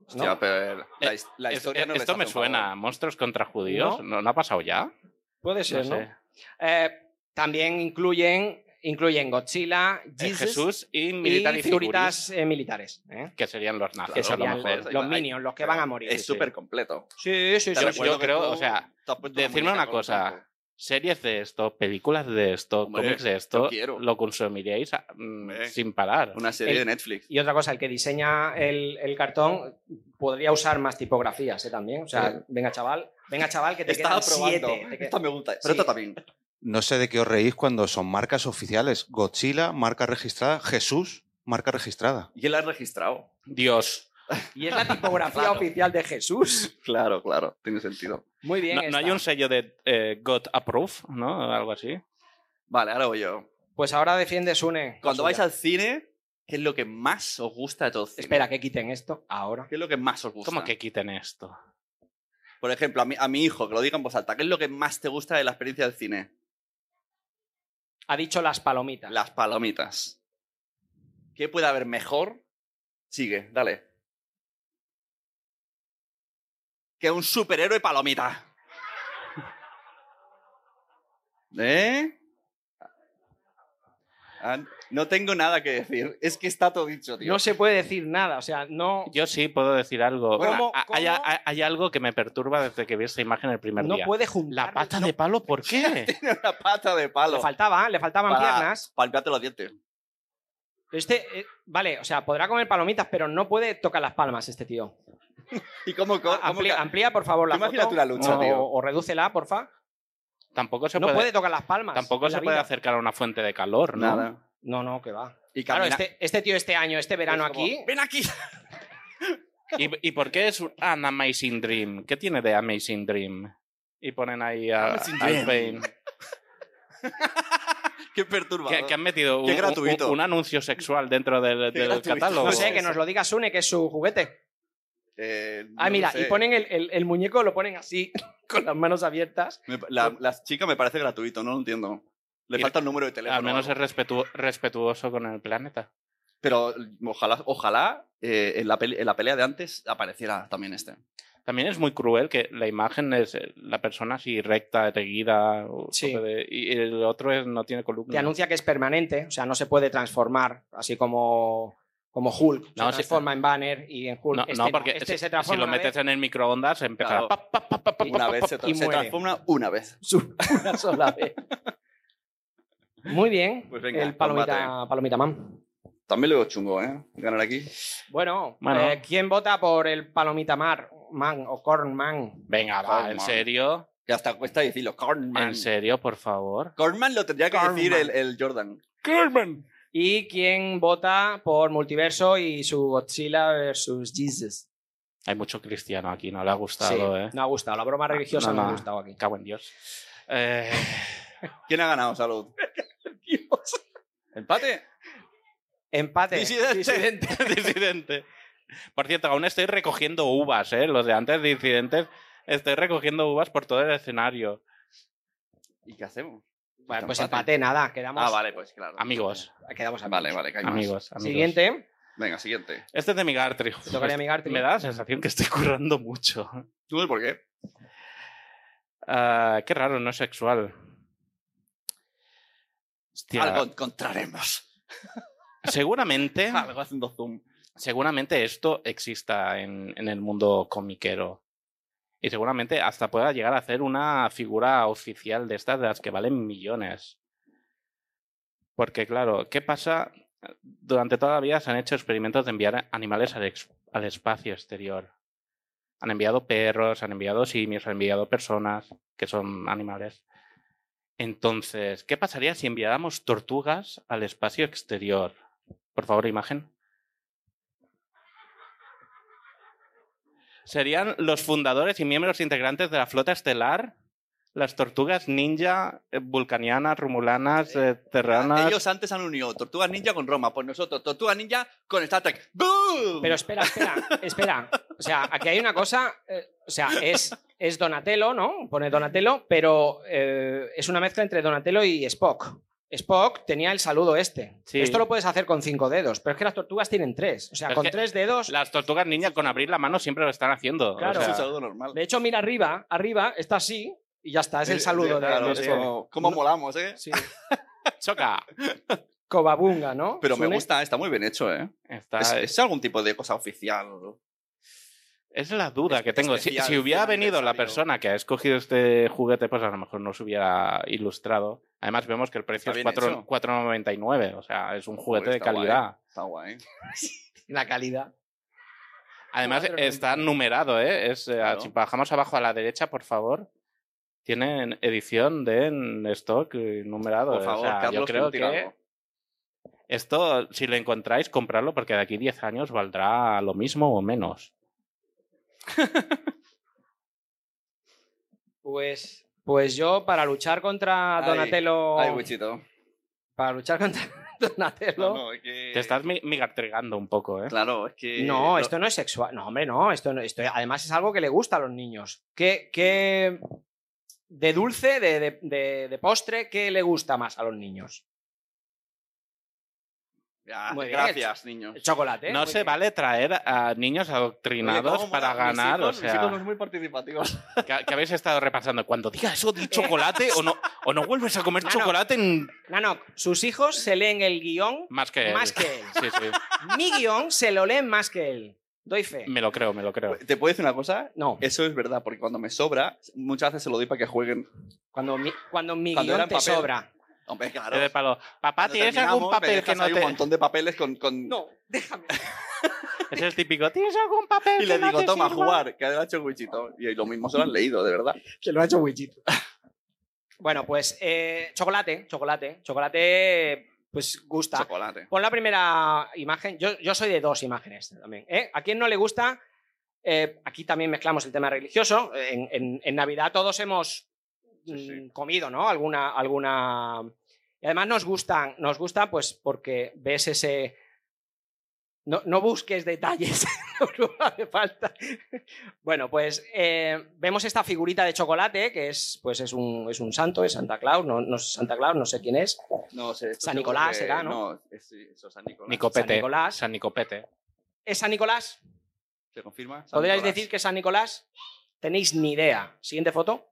C: ¿No?
B: Hostia, pero la, his- la
D: Eh, Es-
B: historia no les ¿eh?
D: esto
B: hace
D: me
B: un
D: suena,
B: favor.
D: monstruos contra judíos,
C: ¿No?
D: ¿no, no ha pasado ya?
C: Puede
D: No
C: ser, ¿no?
D: sé.
C: Eh, también incluyen, incluyen Godzilla,
D: Eh,
C: Jesus
D: Jesús y militar
C: y
D: y
C: figuritas eh, militares. ¿eh?
D: que serían los
B: Claro,
D: nazis
C: Que
D: a lo
C: serían
D: mejor.
C: los, los minions, los que van a morir.
B: Es
C: sí,
B: súper completo.
C: Sí, sí, sí.
B: Te
C: sí,
B: recuerdo
D: yo
B: que
D: creo,
B: tú-
D: o sea,
B: tú has puesto una
D: decirme una
B: muñeca con un
D: cosa.
B: tronco.
D: Series de esto, películas de esto,
B: Hombre,
D: cómics de esto,
B: yo quiero.
D: lo consumiríais a- mm,
B: Hombre.
D: sin parar.
B: Una serie
C: El-
B: de Netflix.
C: Y otra cosa, el que diseña el, el cartón podría usar más tipografías ¿eh? también. O sea,
B: Sí.
C: venga, chaval, venga, chaval, que te
B: Estaba
C: quedan
B: probando.
C: siete. te que-
B: Esta me gusta. Pero
C: Sí.
B: esta también.
F: No sé de qué os reís cuando son marcas oficiales. Godzilla, marca registrada. Jesús, marca registrada.
B: ¿Y él la ha registrado?
D: Dios.
C: Y es la tipografía oficial de Jesús.
B: Claro, claro. Tiene sentido.
C: Muy bien.
D: No, no
C: esta.
D: hay un sello de eh, God Approve, ¿no? Algo así.
B: Vale, ahora voy yo.
C: Pues ahora defiendes une.
B: Cuando vais
C: Consulta.
B: al cine, ¿qué es lo que más os gusta de todo el cine?
C: Espera, que quiten esto ahora.
B: ¿Qué es lo que más os gusta?
D: ¿Cómo que quiten esto?
B: Por ejemplo, a mi, a mi hijo, que lo diga en voz alta, ¿qué es lo que más te gusta de la experiencia del cine?
C: Ha dicho las palomitas.
B: Las palomitas. ¿Qué puede haber mejor? Sigue, dale. Que un superhéroe palomita. ¿Eh? Ah, No tengo nada que decir. Es que está todo dicho, tío.
C: No se puede decir nada, o sea, no.
D: Yo sí puedo decir algo.
C: ¿Cómo-
D: Ah, Hay,
C: cómo?
D: hay- hay algo que me perturba desde que vi esta imagen el primer
C: No
D: día.
C: puede juntar.
D: La pata de palo, ¿por qué?
B: Tiene una pata de palo.
C: Le faltaba, ¿eh? le faltaban
B: Para-
C: piernas.
B: Palpeate los dientes.
C: Este, eh, vale, o sea, podrá comer palomitas, pero no puede tocar las palmas este tío.
B: ¿Y cómo, co- cómo
C: Amplia,
B: ca-
C: amplía, por favor, la
B: Imagínate
C: foto.
B: una lucha,
C: o,
B: tío.
C: o redúcela, porfa.
D: Tampoco se
C: no
D: puede,
C: puede tocar las palmas.
D: tampoco
C: en la
D: se puede
C: vida.
D: acercar a una fuente de calor, ¿no?
B: Nada.
C: No, no, que va.
B: Y
C: Claro,
B: camina-
C: este, este tío este año, este verano
B: es como,
C: aquí.
B: Ven aquí.
D: ¿Y, y por qué es un an Amazing Dream? ¿Qué tiene de Amazing Dream? Y ponen ahí a,
B: Amazing Dream.
D: al Pain.
B: Qué perturbador.
D: Que, que han metido un,
B: Qué
D: un-
B: gratuito.
D: un- un anuncio sexual dentro del,
B: Qué
D: del
B: gratuito.
D: catálogo.
C: No sé, que nos lo diga Sune, que es su juguete.
B: Eh,
C: Ah,
B: no
C: mira,
B: sé.
C: y ponen el, el- el muñeco, lo ponen así, con las manos abiertas.
B: Me- la, la chica me parece gratuito, no lo entiendo. Le
D: Y-
B: falta el número de teléfono.
D: Al menos
B: o
D: es
B: algo.
D: respetu- respetuoso con el planeta.
B: Pero ojalá, ojalá eh, en, la peli- en la pelea de antes apareciera también este.
D: También es muy cruel que la imagen es eh, la persona así recta, erguida, o-
C: Sí.
D: o de- y el otro es- no tiene columna.
C: Te anuncia que es permanente, o sea, no se puede transformar, así como, como Hulk.
D: No,
C: se
D: sí.
C: transforma en Banner y en Hulk.
D: No,
C: Este
D: no, porque
C: este
D: si-
C: se
D: si,
C: transforma
D: lo
C: una
D: metes
C: vez,
D: en el microondas empezará.
B: Claro. Una vez se, tra-
C: y
B: se
C: muere.
B: transforma, una vez.
C: una sola vez. Muy bien,
B: Pues venga,
C: el palomita,
B: combate.
C: palomita Man.
B: También lo veo chungo, ¿eh? Ganar aquí.
C: Bueno,
D: Bueno.
C: eh, ¿quién vota por el Palomita Mar, Man o Corn Man?
D: Venga, va, en
B: Cornman.
D: serio.
B: Que hasta cuesta decirlo. Cornman.
D: En serio, por favor.
B: Cornman lo tendría que
C: Cornman.
B: decir el, el Jordan.
C: ¿Y quién vota por Multiverso y su Godzilla versus Jesus?
D: Hay mucho cristiano aquí, no le ha gustado,
C: Sí,
D: ¿eh?
C: No ha gustado, la broma religiosa
D: No,
C: no, me ha
D: no.
C: gustado aquí.
D: Me Cago en Dios. Eh,
B: ¿Quién ha ganado, Salud? ¿Empate?
C: Empate.
B: Disidente.
C: Disidente.
D: disidente. Por cierto, aún estoy recogiendo uvas, ¿eh? Los de antes disidentes, estoy recogiendo uvas por todo el escenario.
B: ¿Y qué hacemos?
C: Bueno, pues empate, nada, quedamos,
B: Ah, vale, pues claro.
D: Amigos,
C: quedamos aquí.
B: Vale, vale, que hay más.
D: amigos, amigos.
C: Siguiente.
B: Venga, siguiente.
D: Este es de mi Gartry.
C: Lo quería mi Gartry.
D: Me da la sensación que estoy currando mucho.
B: ¿Tú por qué?
D: Ah, qué raro, no es sexual. Hostia,
B: Algo encontraremos.
D: Seguramente.
B: Algo haciendo zoom.
D: seguramente esto exista en, en el mundo comiquero. Y seguramente hasta pueda llegar a ser una figura oficial de estas de las que valen millones. Porque, claro, ¿qué pasa? Durante toda la vida se han hecho experimentos de enviar animales al, ex- al espacio exterior. Han enviado perros, han enviado simios, han enviado personas, que son animales. Entonces, ¿qué pasaría si enviáramos tortugas al espacio exterior? Por favor, imagen. Serían los fundadores y miembros integrantes de la flota estelar, las tortugas ninja, eh, vulcanianas, rumulanas, eh, terranas.
B: Ellos antes han unido Tortugas Ninja con Roma, pues nosotros Tortugas Ninja con Star Trek. ¡Boom!
C: Pero espera, espera, espera. O sea, aquí hay una cosa. eh, o sea, es, es Donatello, ¿no? Pone Donatello, pero eh, es una mezcla entre Donatello y Spock. Spock tenía el saludo este.
D: Sí.
C: Esto lo puedes hacer con cinco dedos, pero es que las tortugas tienen tres. O sea,
D: Es
C: con
D: que-
C: tres dedos.
D: Las tortugas ninja con abrir la mano siempre lo están haciendo.
C: Claro.
D: o
B: Es
D: sea,
B: un saludo normal.
C: De hecho, mira arriba, arriba está así y ya está, es el
B: Sí,
C: saludo
B: sí,
C: de,
B: Eh, claro,
C: de
B: es
C: Spock.
B: como- ¿Cómo molamos, eh?
C: Sí.
D: choca.
C: Cobabunga, ¿no?
B: Pero me
C: Sune.
B: gusta, está muy bien hecho, ¿eh?
D: Está-
B: ¿Es,
D: es,
B: es algún tipo de cosa oficial? ¿no?
D: la duda que tengo. Si,
B: especial,
D: si hubiera
B: especial
D: venido la
B: aniversario.
D: persona que ha escogido este juguete, pues a lo mejor nos hubiera ilustrado. Además, vemos que el precio
B: Está
D: es
B: bien
D: 4
B: hecho.
D: 4,99. O sea, es un juguete de
B: está guay.
D: calidad.
B: Está guay.
C: La calidad.
D: Además,
C: 4,99.
D: está numerado, ¿eh? Es, eh,
B: Claro.
D: Si bajamos abajo a la derecha, por favor. Tienen edición de en stock eh, numerado.
B: Por
D: O
B: favor,
D: sea,
B: Carlos,
D: yo creo
B: tira
D: que
B: algo.
D: Esto, si lo encontráis, comprarlo porque de aquí 10 años valdrá lo mismo o menos.
C: Pues, pues yo, para luchar contra
B: Ay,
C: Donatello.
B: Ay, Wichito.
C: para luchar contra Donatello.
B: No,
C: No,
B: no, es que-
D: Te estás mi- migatrigando un poco, ¿eh?
B: Claro, es que...
C: esto no es sexual. No, hombre, no. Esto, no- esto además es algo que le gusta a los niños. ¿Qué, qué de dulce, de, de- de- de postre, qué le gusta más a los niños?
B: Ya,
C: Muy bien.
B: gracias, niños.
C: El chocolate.
D: No
C: muy
D: se
C: bien.
D: vale traer a niños adoctrinados
B: Oye, cómo
D: para
B: mola, mis
D: ganar.
B: hijos-
D: o
B: Mis hijos no
D: sea,
B: son muy participativos.
D: que, que habéis estado repasando. Cuando diga eso, di chocolate o no, o no vuelves a comer
C: No, no.
D: chocolate en-
C: No, no. Sus hijos se leen el guión
D: más que. él.
C: más que él.
D: Sí, sí.
C: Mi guión se lo leen más que él. Doy fe.
D: Me lo creo, me lo creo.
B: ¿Te puedo decir una cosa?
C: No,
B: Eso es verdad, porque cuando me sobra, muchas veces se lo doy para que jueguen.
C: cuando mi, cuando mi
B: Cuando era
C: guión
B: en
C: te
B: papel.
C: sobra.
B: Hombre, claro.
D: Es de palo. Papá,
B: Cuando
D: ¿tienes
B: terminamos,
D: algún
B: me
D: papel que
B: dejas
D: no
B: ahí
D: te.?
B: un montón de papeles con... con-
C: No, déjame.
D: Es el típico. ¿Tienes algún
B: Y
D: papel que
B: le
D: no
B: digo,
D: te
B: toma, a
D: sirva?"
B: jugar, que ha hecho Wichito. Y lo mismo se lo han leído, de verdad.
C: Que lo ha hecho Wichito. Bueno, pues eh, chocolate, chocolate, chocolate, pues gusta.
B: Chocolate.
C: Pon la primera imagen. Yo, yo soy de dos imágenes también. ¿eh? ¿A quién no le gusta? Eh, aquí también mezclamos el tema religioso. En, en- en Navidad todos hemos mm,
B: sí.
C: comido, ¿no? Alguna, alguna. Y además nos gustan, nos gusta, pues, porque ves ese. No, no busques detalles, no hace falta. Bueno, pues eh, vemos esta figurita de chocolate, que es, pues es un, es un santo, es Santa Claus, no, no es Santa Claus, no sé quién es.
B: No sé. esto
C: San
B: seguro
C: Nicolás
B: que-
C: será, ¿no?
B: es- sí, eso, San Nicolás.
D: Nicopete.
C: San Nicolás.
D: San Nicopete.
C: ¿Es San Nicolás?
B: ¿Se confirma? San
C: ¿Podríais
B: Nicolás.
C: decir que San Nicolás? Tenéis ni idea. Siguiente foto.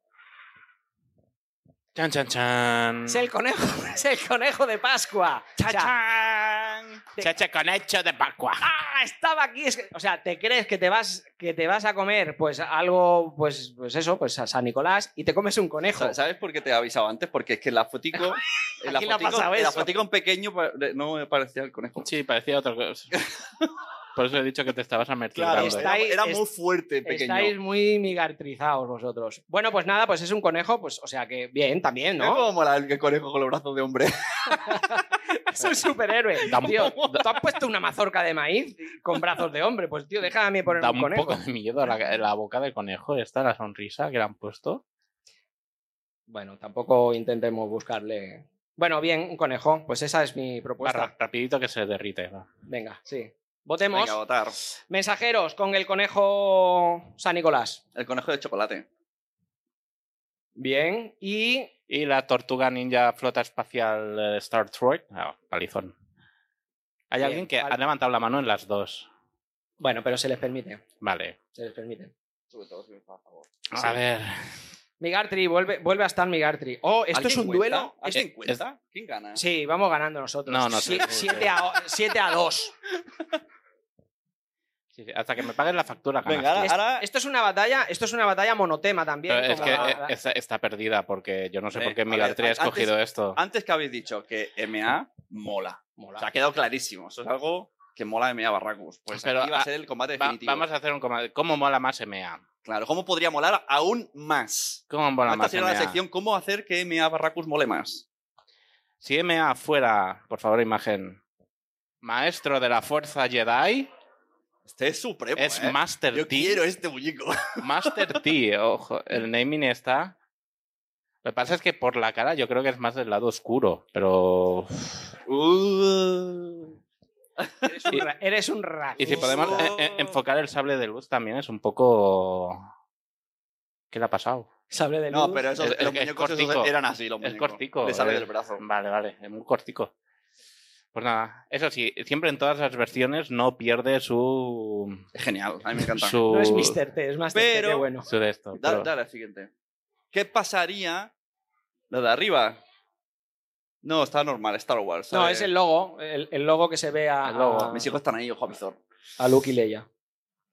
D: Chan, chan, chan.
C: Es el conejo, es el conejo de Pascua. O sea,
D: Cha-chan. Chacha con hecho de Pascua.
C: ¡ah! Estaba aquí. Es que- o sea, ¿te crees que te vas, que te vas a comer pues algo, pues, pues eso, pues a San Nicolás y te comes un conejo?
B: Sa- ¿Sabes por qué te he avisado antes? Porque es que la fotico... en
C: ¿A quién le ha
B: fotico-
C: pasado
B: en la
C: eso?
B: fotico en pequeño pa- no me parecía el conejo.
D: Sí, parecía otra cosa. Por eso he dicho que te estabas ¿eh?
B: Claro,
D: amertilando.
C: está-
B: era,
C: Estáis-
B: era
C: es-
B: muy fuerte en pequeño.
C: Estáis muy migartrizados vosotros. Bueno, pues nada, pues es un conejo, pues o sea que bien, también,
B: ¿No?
C: ¿no?
B: ¿Cómo mola el conejo con los brazos de hombre?
C: Es un superhéroe.
D: Da un
C: Tío, tú has puesto una mazorca de maíz con brazos de hombre. Pues tío, déjame a mí poner
D: da
C: un
D: un
C: conejo.
D: poco de miedo la, la boca del conejo, esta, la sonrisa que le han puesto.
C: Bueno, tampoco intentemos buscarle. Bueno, bien, un conejo. Pues esa es mi
D: Va,
C: propuesta.
D: ra- rapidito que se derrite. va.
C: Venga, sí. Votemos.
B: Venga, a votar.
C: Mensajeros con el conejo San Nicolás.
B: El conejo de chocolate.
C: Bien. Y
D: Y la tortuga ninja flota espacial eh, Star Trek. Ah, palizón. Hay
C: Bien,
D: alguien que
C: vale.
D: ha levantado la mano en las dos.
C: bueno, pero se les permite.
D: Vale.
C: Se les permite.
B: Sobre todo si me fa a favor.
D: A ver.
C: Migartri, vuelve, vuelve a estar Migartri. Oh, esto es un
B: ¿Alguien cuenta?
C: duelo.
B: ¿Alguien
D: Es-
B: cuenta? ¿Quién gana?
C: Sí, vamos ganando nosotros.
D: No, no
C: Sie-
D: sé.
C: siete a o- siete a 2.
D: Sí, sí, Hasta que me paguen la factura. ganas,
B: Venga,
D: tío.
B: ahora, ahora-
C: Esto es una batalla, esto es una batalla monotema también.
D: Pero es
C: como
D: que
C: la-
D: eh,
C: la-
D: esta- está perdida porque yo no sé
B: Hombre,
D: por qué
B: a ver,
D: Migartri ha
B: antes-
D: escogido esto.
B: antes que habéis dicho que MA mola. O
C: Mola.
B: sea, ha quedado clarísimo. Eso es algo que mola MMA Barracos. Pues
D: Pero,
B: aquí va a
D: ah,
B: ser el combate
D: Va-
B: definitivo.
D: vamos a hacer un combate. ¿Cómo mola más MA?
B: Claro, ¿cómo podría molar aún más?
D: ¿Cómo mola
B: Esta
D: más
B: sería la
D: MA?
B: sección ¿Cómo hacer que MMA Barracus mole más?
D: Si MA fuera, por favor, imagen, maestro de la fuerza Jedi,
B: Este es supremo,
D: es
B: ¿eh?
D: Master
B: Yo
D: T.
B: quiero este muñeco.
D: Master T, ojo, el naming está. Lo que pasa es que por la cara yo creo que es más del lado oscuro, pero.
B: Uh.
C: Eres un ra- Eres un racista.
D: Y si podemos
B: Oh.
D: eh, eh, enfocar el sable de luz también es un poco. ¿Qué le ha pasado?
C: Sable de luz.
B: No, pero esos,
D: Es- es-
B: los
D: es
B: muñecos esos
D: cortico.
B: eran así, los
D: Es
B: muñecos.
D: cortico.
B: Le sale
D: es-
B: del brazo.
D: Vale, vale, es muy cortico. Pues nada, eso sí, siempre en todas las versiones no pierde su.
B: Es genial, a mí me encanta.
D: su
C: No es Mr. T, es Master T,
B: Pero-
C: qué bueno.
D: su de esto.
B: Dale,
D: pero-
B: dale al siguiente. ¿Qué pasaría? La de arriba. No, está normal, Star Wars.
C: No,
B: ¿sabe?
C: es el Ah. logo, el, el logo que se ve a,
D: El logo.
C: a-
B: Mis hijos están ahí, ojo a visor.
C: a Luke y Leia.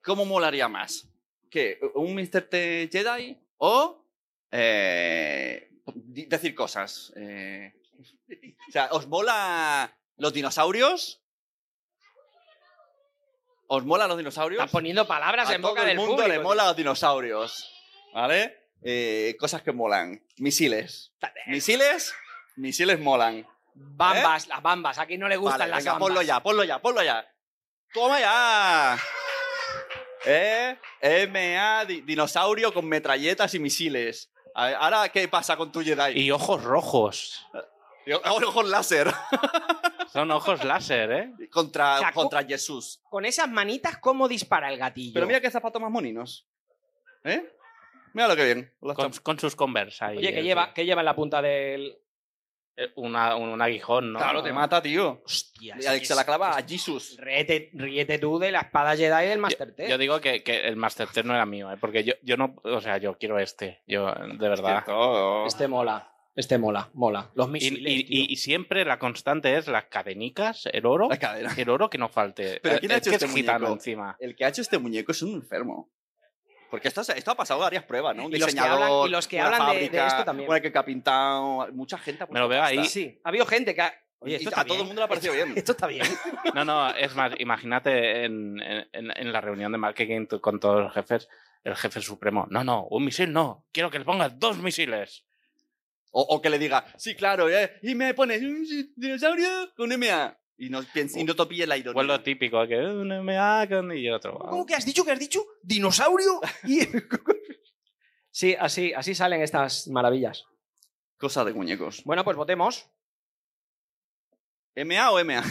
B: ¿Cómo molaría más? ¿Qué? ¿Un Mr. T Jedi? ¿O eh, di- decir cosas? Eh, o sea, ¿os mola los dinosaurios? ¿Os mola los dinosaurios?
C: Estás poniendo palabras
B: a
C: en boca
B: todo
C: del
B: el mundo
C: público.
B: le mola los dinosaurios. ¿Vale? Eh, cosas que molan. Misiles. Misiles. Misiles molan.
C: Bambas, las bambas. Aquí no le gustan
B: Vale,
C: las
B: venga,
C: bambas.
B: ponlo ya, ponlo ya, ponlo ya. ¡Toma ya! Eh, MA, di- dinosaurio con metralletas y misiles. A ver, ahora, ¿qué pasa con tu Jedi?
D: Y ojos rojos.
B: Y... Ojos láser
D: Son ojos láser, ¿eh?
B: contra,
C: O sea, co-
B: contra Jesús.
C: Con esas manitas, ¿cómo dispara el gatillo?
B: Pero mira qué zapatos más moninos. ¿Eh? Mira lo que bien. Los
D: Con, con sus converse ahí.
C: Oye, que
D: eh,
C: lleva, que lleva en la punta del.
D: eh, una- un, un aguijón, ¿no?
B: Claro, te mata, tío.
C: Hostia.
B: Y Alex se la clava a Jesus.
C: Ríete, ríete tú de la espada Jedi del Master
B: ¿eh?
C: T.
D: Yo digo que, que el Master T no era mío, ¿eh? porque yo, yo no, o sea, yo quiero este, yo, de verdad.
C: Este mola. Este mola, mola. Los
D: Y,
C: misiles.
D: y-
C: tío.
D: y- y siempre la constante es las cadenicas, el oro,
B: La cadena.
D: el oro que no falte.
B: ¿Pero
D: Eh,
B: quién ha
D: es
B: hecho
D: que
B: este
D: es gitano
B: muñeco?
D: encima.
B: El que ha hecho este muñeco es un enfermo. Porque esto, se- esto ha pasado varias pruebas, ¿no? Un
C: Y los que
B: diseñador,
C: hablan- y los que
B: una
C: hablan de- de
B: fábrica,
C: esto también.
B: Una que ha pintado, mucha gente. ha
D: Me
B: puesto
D: lo veo ahí.
B: pasta.
C: Sí, ha habido gente que ha. Oye,
B: Y
C: esto
B: a
C: está
B: todo
C: bien.
B: el mundo le ha parecido bien.
C: Esto está bien.
D: No, no, es más, imagínate en, en- en- en la reunión de marketing t- con todos los jefes, el jefe supremo. No, no, un misil no, quiero que le pongas dos misiles.
B: O, o que le diga, sí, claro, eh, y me pones un dinosaurio con MA. Y no, piense- y no te pille la ironía.
D: Pues lo típico, que un MA con- y otro.
C: ¿Cómo que has dicho que has dicho? ¿Dinosaurio? Y- sí, así, así salen estas maravillas.
B: Cosa de muñecos.
C: Bueno, pues votemos.
B: ¿MA o MA?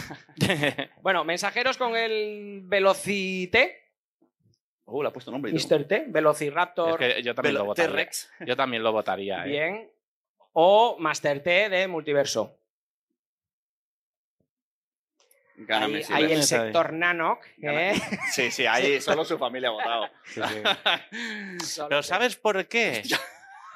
C: Bueno, mensajeros con el Velocite, Uh,
B: Oh, le ha puesto nombre. y todo.
C: Mr. T, Velociraptor,
D: Es que yo también lo
B: Velo-
D: votaría.
B: T-Rex.
D: Yo también lo votaría. ¿eh?
C: bien, o Master T de Multiverso.
B: Gana
C: ahí,
B: misiles.
C: ahí el
D: Está bien.
C: sector Nanoc.
B: Gana-
C: ¿eh?
B: Sí, sí, ahí solo su familia ha votado.
D: Sí, sí. Pero ¿sabes por qué?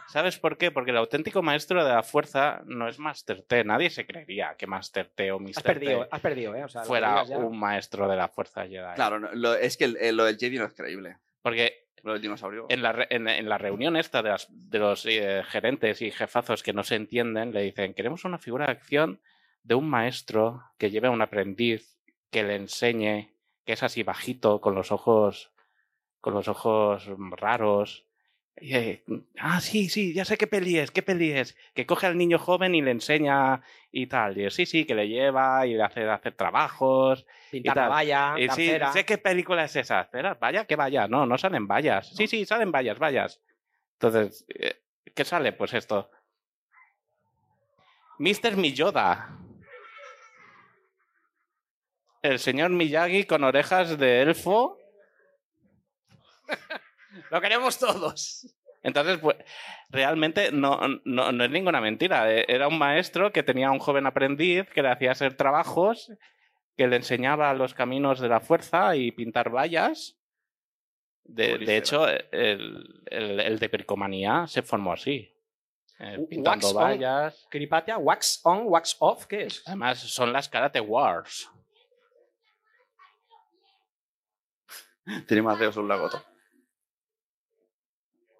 D: ¿Sabes por qué? Porque el auténtico maestro de la fuerza no es Master T. Nadie se creería que Master T o Mr.
C: Has
D: T
C: perdido, has perdido, ¿eh? O sea, lo
D: fuera
C: tenías ya.
D: un maestro de la fuerza Jedi.
B: Claro, no, lo- es que el- eh, lo del Jedi no es creíble.
D: Porque
B: Lo del dinosaurio.
D: En la, re- en, en la reunión esta de, las- de los eh, gerentes y jefazos que no se entienden, le dicen, queremos una figura de acción de un maestro que lleve a un aprendiz, que le enseñe, que es así bajito, con los ojos, con los ojos raros. Y, eh, ah, sí, sí, ya sé qué peli es, qué peli es. Que coge al niño joven y le enseña y tal. Y sí, sí, que le lleva y le hace hacer trabajos
C: Pintar
D: y
C: la
D: tal.
C: valla,
D: eh, sí,
C: carcera.
D: sé qué película es esa. ¿Cera? ¿Vaya? ¿Qué vaya? No, no salen vallas. Sí, sí, salen vallas, vallas. Entonces, eh, ¿qué sale? Pues esto. Mr. Miyoda. El señor Miyagi con orejas de elfo.
C: Lo queremos todos.
D: Entonces, pues, realmente no, no, no es ninguna mentira. Eh, Era un maestro que tenía un joven aprendiz que le hacía hacer trabajos, que le enseñaba los caminos de la fuerza y pintar vallas. De,
B: Buenísimo.
D: de hecho, el, el, el de Pericomanía se formó así. eh,
C: Wax
D: pintando
C: on.
D: vallas.
C: Cripatia, wax on, wax off, ¿qué es?
D: Además, son las Karate Wars.
B: Tiene más dedos un lagoto.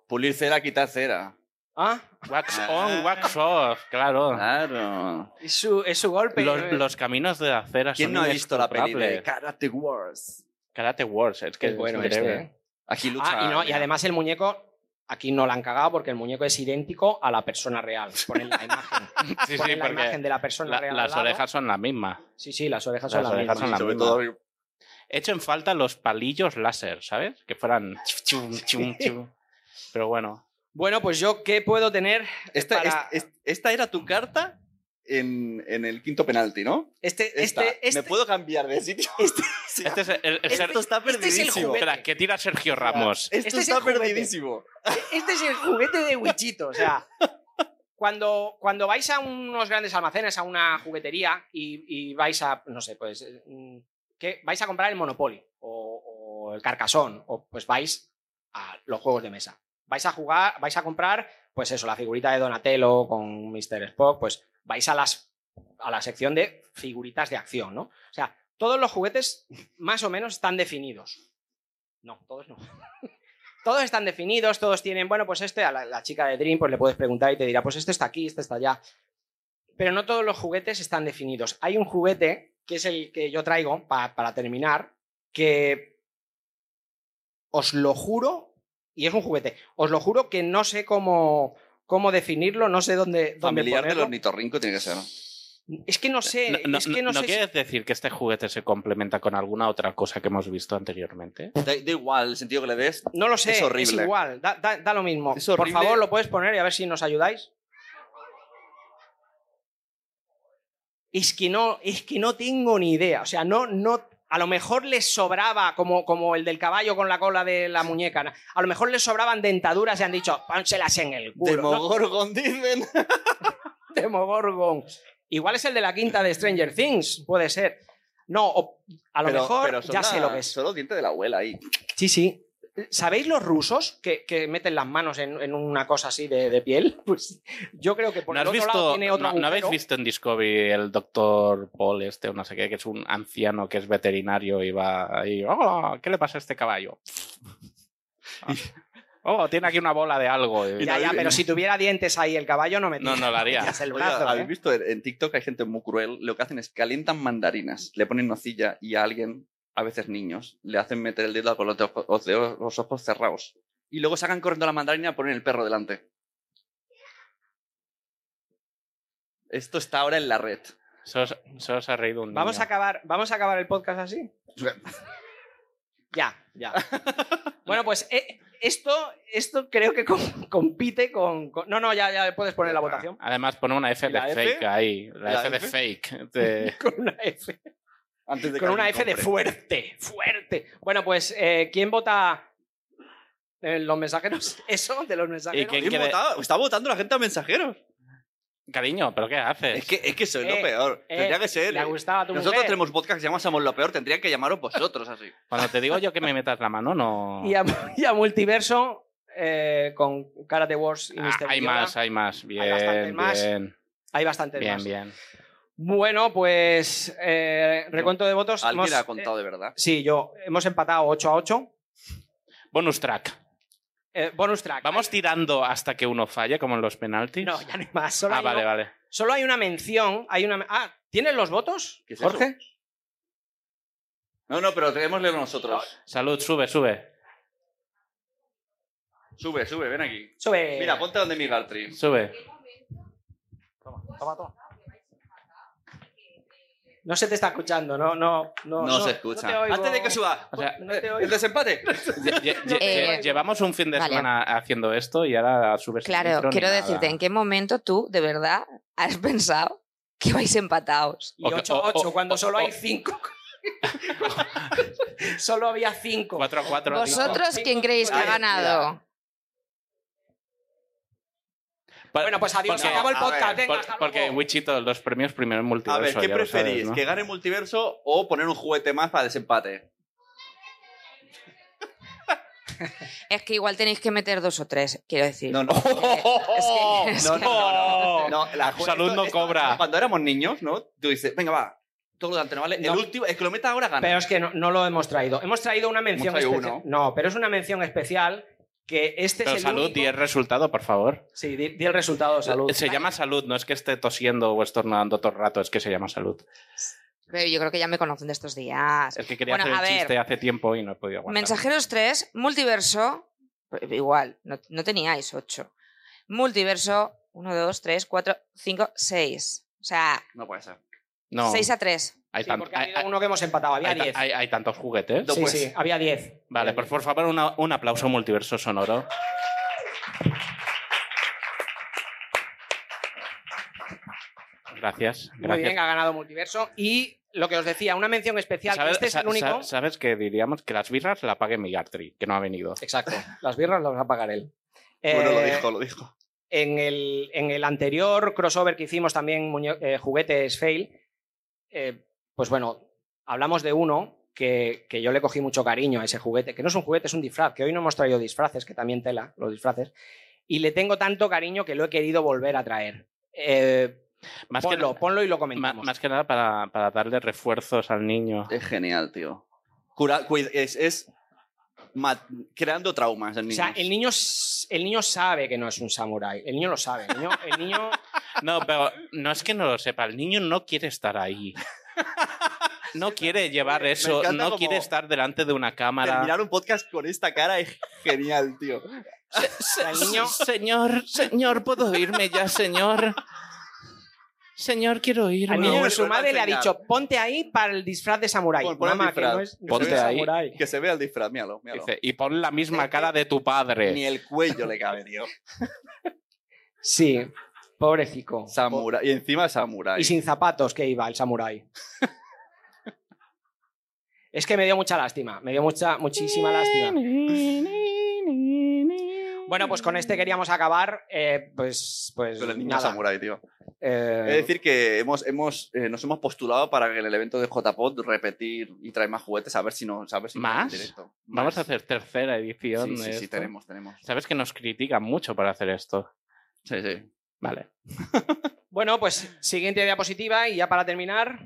B: Pulir cera, quitar cera.
C: Ah,
D: Wax
B: Ah.
D: on, wax off, claro.
B: Claro.
C: es su, es su golpe.
D: Los, los caminos de la acera
B: ¿Quién
D: son
B: no ha visto la peli de
D: inexpugnables.
B: Karate Wars?
D: Karate Wars, es que
C: Qué bueno
D: es increíble.
C: este, ¿eh?
B: Aquí lucha.
C: Ah, y, no, y además el muñeco, aquí no la han cagado porque el muñeco es idéntico a la persona real. Ponen la imagen,
D: Sí, sí,
C: ponen la imagen
D: porque
C: de la persona
D: la-
C: real. al
D: las
C: lado.
D: orejas son las mismas.
C: Sí, sí, las orejas son
D: Las
C: las
D: orejas
C: mismas.
D: son
B: Y
D: la
B: sobre
D: misma.
B: todo
D: He hecho en falta los palillos láser, ¿sabes? Que fueran chum, chum, chum. Pero bueno,
C: Bueno, pues yo, ¿qué puedo tener?
B: Esta,
C: para-
B: es- es- esta era tu carta en, en el quinto penalti, ¿no?
C: Este,
B: Esta.
C: este, este,
B: ¿Me puedo cambiar de sitio?
D: este es el, el- el ser-
B: Esto está
C: este es el
B: perdidísimo.
C: juguete.
D: Espera, ¿qué tira Sergio Ramos?
B: Esto
C: Este es el
B: está
C: juguete.
B: perdidísimo.
C: este es el juguete de Wichito. O sea, cuando, cuando vais a unos grandes almacenes, a una juguetería y, y vais a, no sé, pues, eh, mm, que vais a comprar el Monopoly o, o el Carcasón, o pues vais a los juegos de mesa. Vais a jugar, vais a comprar, pues eso, la figurita de Donatello con Mr. Spock, pues vais a las a la sección de figuritas de acción, ¿no? O sea, todos los juguetes más o menos están definidos. No, todos no todos están definidos, todos tienen, bueno, pues este, a la, la chica de Dream, pues le puedes preguntar y te dirá, pues este está aquí, este está allá. Pero no todos los juguetes están definidos. Hay un juguete, que es el que yo traigo pa- para terminar, que os lo juro, y es un juguete, os lo juro que no sé cómo, cómo definirlo, no sé dónde, dónde
B: Familiar del
C: ponerlo.
B: ornitorrinco tiene que ser.
C: Es que no sé,
D: No, no-
C: es que no,
D: no- ¿no
C: sé si-
D: quieres decir que este juguete se complementa con alguna otra cosa que hemos visto anteriormente?
B: Da, da igual el sentido que le des.
C: no lo sé,
B: Es horrible.
C: igual, da, da- da lo mismo.
B: Es
C: Por
B: horrible.
C: favor, lo puedes poner y a ver si nos ayudáis. Es que no, es que no tengo ni idea. O sea, no, no. A lo mejor les sobraba, como, como el del caballo con la cola de la muñeca. ¿no? A lo mejor les sobraban dentaduras y han dicho, pónselas en el culo. ¿no?
B: Demogorgon, dicen.
C: Demogorgon. Igual es el de la quinta de Stranger Things, puede ser. No, o- a lo
B: Pero-
C: mejor
B: pero son
C: ya
B: la-
C: sé lo que es.
B: Son los dientes de la abuela ahí.
C: Sí, sí. ¿Sabéis los rusos que, que meten las manos en, en una cosa así de, de piel? Pues yo creo que por
D: ¿No,
C: el
D: has
C: otro lado
D: visto,
C: tiene otro
D: no- no
C: agujero.
D: habéis visto en Discovery el doctor Paul este o no sé qué, que es un anciano que es veterinario y va ahí, "Hola, ¿qué le pasa a este caballo? Ah. Oh, tiene aquí una bola de algo. Y-
C: Ya, ya, pero si tuviera dientes ahí el caballo no me
D: No, no lo haría.
C: metías el
B: Oye,
C: brazo.
B: Ah, ¿Habéis
C: ¿eh?
B: visto? En en TikTok hay gente muy cruel. Lo que hacen es calientan mandarinas, le ponen nocilla y a alguien, a veces niños, le hacen meter el dedo con los, dedos- los dedos- los ojos cerrados. Y luego sacan corriendo la mandarina y ponen el perro delante. Esto está ahora en la red.
D: Solo, solo se ha reído un
C: Vamos a
D: niño.
C: acabar, vamos a acabar el podcast así. Ya, ya. Bueno, pues eh, esto, esto creo que com- compite con, con- No, no, ya, ya puedes poner la votación.
D: Además, pone una F de
B: ¿La F?
D: fake ahí. La,
B: ¿La
D: F, de
B: F?
D: fake. de-
C: Con una F.
B: Antes de que
C: Con una F
B: alguien
C: de
B: compre.
C: fuerte, fuerte. Bueno, pues, eh, ¿quién vota eh, los mensajeros? Eso, de los mensajeros.
D: ¿Y quién
B: ¿Quién
D: quiere-
B: votaba? Está votando la gente a mensajeros.
D: Cariño, ¿pero qué haces?
B: Es que, es que eso es lo
C: Eh,
B: peor.
C: Eh,
B: Tendría que ser.
C: ¿Le ha gustado a tu
B: Nosotros
C: mujer?
B: tenemos podcast que se llama Somos lo peor. Tendrían que llamaros vosotros así.
D: Cuando te digo yo que me metas la mano, no.
C: Y a, y a Multiverso eh, con Karate Wars y
D: Ah,
C: Mr.
D: hay
C: Yoda.
D: más, hay más. Bien,
C: bastantes más.
D: bien.
C: Hay bastantes
D: Bien,
C: más.
D: bien.
C: Bueno, pues eh, recuento de votos.
B: Alguien
C: Hemos-
B: ha contado de verdad.
C: eh, sí, yo. Hemos empatado 8 a 8.
D: Bonus track.
C: Eh, bonus track.
D: Vamos tirando hasta que uno falle, como en los penaltis.
C: No, ya no hay más. Solo,
D: ah,
C: hay,
D: vale,
C: uno-
D: vale.
C: solo hay una mención. Hay una, ah, ¿tienen los votos,
B: ¿Qué es eso?
C: Jorge?
B: No, no, pero tenemos leer nosotros.
D: Salud, sube, sube.
B: Sube, sube, ven aquí.
C: Sube.
B: Mira, ponte donde mi Gartry.
D: Sube.
C: No se te está escuchando, no, no, no.
B: No se escucha.
C: no te oigo.
B: Antes de que suba.
D: O sea,
C: No te
B: eh,
C: oigo.
B: el desempate.
D: lle- lle-
C: No
D: lle-
G: oigo.
D: llevamos un fin de
G: Eh, Vale.
D: semana haciendo esto y ahora subes. sin
G: Claro,
D: intro ni
G: quiero
D: nada.
G: decirte, ¿en qué momento tú de verdad has pensado que vais empatados?
C: Y
D: O que-
C: 8
D: o- o-
C: 8 cuando
D: o-
C: solo
D: o-
C: hay 5. solo había 5.
D: 4 a 4.
G: ¿Vosotros quién creéis que ha
C: Ay,
G: ganado?
C: Bueno, pues adiós, se
B: Porque-
C: acabó el
B: a
C: podcast.
B: ver,
C: venga,
D: Por-
C: hasta
D: porque
C: luego.
D: Wichito, los premios primero en
B: A
D: multiverso.
B: ver, ¿qué
D: ya lo sabes,
B: preferís?
D: ¿no?
B: ¿Que gane multiverso o poner un juguete más para desempate?
G: Es que igual tenéis que meter dos o tres, quiero decir.
B: No, no.
G: que- es
B: no,
G: que-
B: no, no, la ju-
D: Salud
B: esto-
D: no
B: esto-
D: cobra.
B: Cuando éramos niños, ¿no? Tú dices, venga, va. Todo lo de antes no vale.
C: No.
B: El último, el que lo meta ahora gana.
C: Pero es que no, no lo hemos traído. Hemos traído una mención
B: Hemos traído
C: especial.
B: uno.
C: No, pero es una mención especial que este
D: Pero
C: es el
D: salud
C: único-
D: y el resultado, por favor.
C: Sí, di, di el resultado, salud.
D: Se llama salud, no es que esté tosiendo o estornudando todo el rato, es que se llama salud.
G: Pero yo creo que ya me conocen de estos días.
D: Es que quería
G: Bueno,
D: hacer
G: a
D: el
G: ver.
D: chiste hace tiempo y no he podido aguantar.
G: Mensajeros 3, multiverso. eh, Igual, no, no teníais 8. Multiverso 1, 2, 3, 4, 5, 6. O sea,
B: No puede ser.
D: No,
G: 6 a 3.
D: hay,
C: Sí,
D: tant-
C: porque ha
D: hay-
C: habido uno que hemos empatado, había
D: hay-
C: 10.
D: hay- hay tantos juguetes.
C: Sí,
B: pues.
C: sí, había 10.
D: Vale, por, por favor, una- un aplauso multiverso sonoro. Gracias.
C: Muy bien,
D: gracias.
C: ha ganado Multiverso. Y lo que os decía, una mención especial, que
D: ¿Sabes,
C: este es
D: sa-
C: el único...
D: sa- sabes que diríamos que las birras la pague Migartri, que no ha venido.
C: Exacto, las birras las va a pagar él.
B: Bueno, lo
C: Eh,
B: dijo, lo dijo.
C: En el, en el anterior crossover que hicimos también, muñe- eh, Juguetes Fail, eh, pues bueno, hablamos de uno que, que yo le cogí mucho cariño a ese juguete, que no es un juguete, es un disfraz, que hoy no hemos traído disfraces, que también tela los disfraces, y le tengo tanto cariño que lo he querido volver a traer. Eh,
D: Más que,
C: ponlo, ponlo y lo
D: ma-
C: comentamos.
D: más que nada para, para darle refuerzos al niño.
B: Es genial, tío. Cura- cuid- es, es ma- creando traumas en
C: o
B: niños.
C: sea, el niño, s- el niño sabe que no es un samurái, el niño lo sabe, el niño- el niño
D: No, pero no es que no lo sepa, el niño no quiere estar ahí. No quiere llevar
B: Me
D: eso,
B: encanta
D: no
B: como
D: quiere estar delante de una cámara.
B: Terminar un podcast con esta cara es genial, tío.
C: el niño-
D: Señor, señor, ¿puedo irme ya, señor? Señor, quiero irme.
C: Al
B: Bueno,
C: niño
B: bueno,
C: su
B: vuelve a
C: madre le ha
B: enseñar.
C: dicho, ponte ahí para el disfraz de samurái.
B: Pon- pon el
C: Mamá, que
B: disfraz.
C: no es- no
D: Ponte
C: soy
D: ahí.
C: samurái.
B: Que se vea el disfraz, míralo, míralo.
D: Dice, y pon la misma
C: Eh,
B: Es
D: cara de tu
B: Ni
D: padre.
B: el cuello le cabe, tío.
C: Sí, pobrecito.
B: Samurai. Y encima samurai.
C: Y sin zapatos que iba el samurái. es que me dio mucha lástima, me dio mucha, muchísima lástima. Bueno, pues con este queríamos acabar. eh, pues, pues
B: Con el niño
C: nada.
B: samurai, tío.
C: Eh,
B: Es decir, que hemos, hemos, eh, nos hemos postulado para que en el evento de JPod repetir y traer más juguetes, a ver si nos. A ver si
D: ¿Más?
B: en directo.
D: Vamos
B: Más.
D: a hacer tercera edición.
B: Sí,
D: de
B: sí, sí,
D: esto.
B: tenemos, tenemos.
D: Sabes que nos critican mucho por hacer esto.
B: Sí, sí.
D: Vale.
C: Bueno, pues siguiente diapositiva y ya para terminar.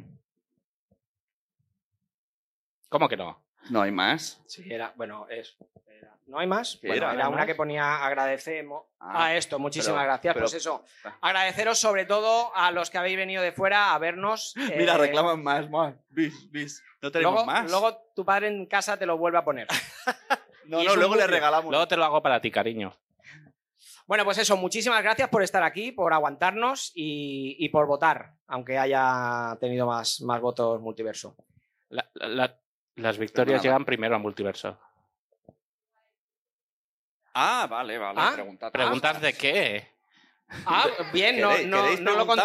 D: ¿Cómo que no?
B: No hay más.
C: Sí, era, bueno, es. era- ¿No hay más?
B: ¿Qué
C: Bueno,
B: era?
C: era,
B: ¿No hay
C: una
B: más?
C: que ponía agradecemos
B: Ah,
C: a esto. Muchísimas
B: pero-
C: gracias.
B: pero-
C: pues eso.
B: Ah.
C: Agradeceros sobre todo a los que habéis venido de fuera a vernos. eh,
B: Mira, reclaman más, más. Bis, bis. No tenemos
C: Luego,
B: más.
C: luego tu padre en casa te lo vuelve a poner.
B: no,
C: y
B: no,
C: es un
B: luego le
C: bucle.
B: regalamos.
D: Luego te lo hago para ti, cariño.
C: bueno, pues eso. Muchísimas gracias por estar aquí, por aguantarnos y, y por votar, aunque haya tenido más, más votos multiverso.
D: La- la- la- las victorias
B: Perdona,
D: llegan primero al multiverso.
B: Ah, vale, vale.
C: Ah,
B: preguntad.
D: ¿Preguntas de qué?
C: Ah, bien, no,
B: ¿Queréis-
C: no-
B: queréis
C: no lo
B: preguntar?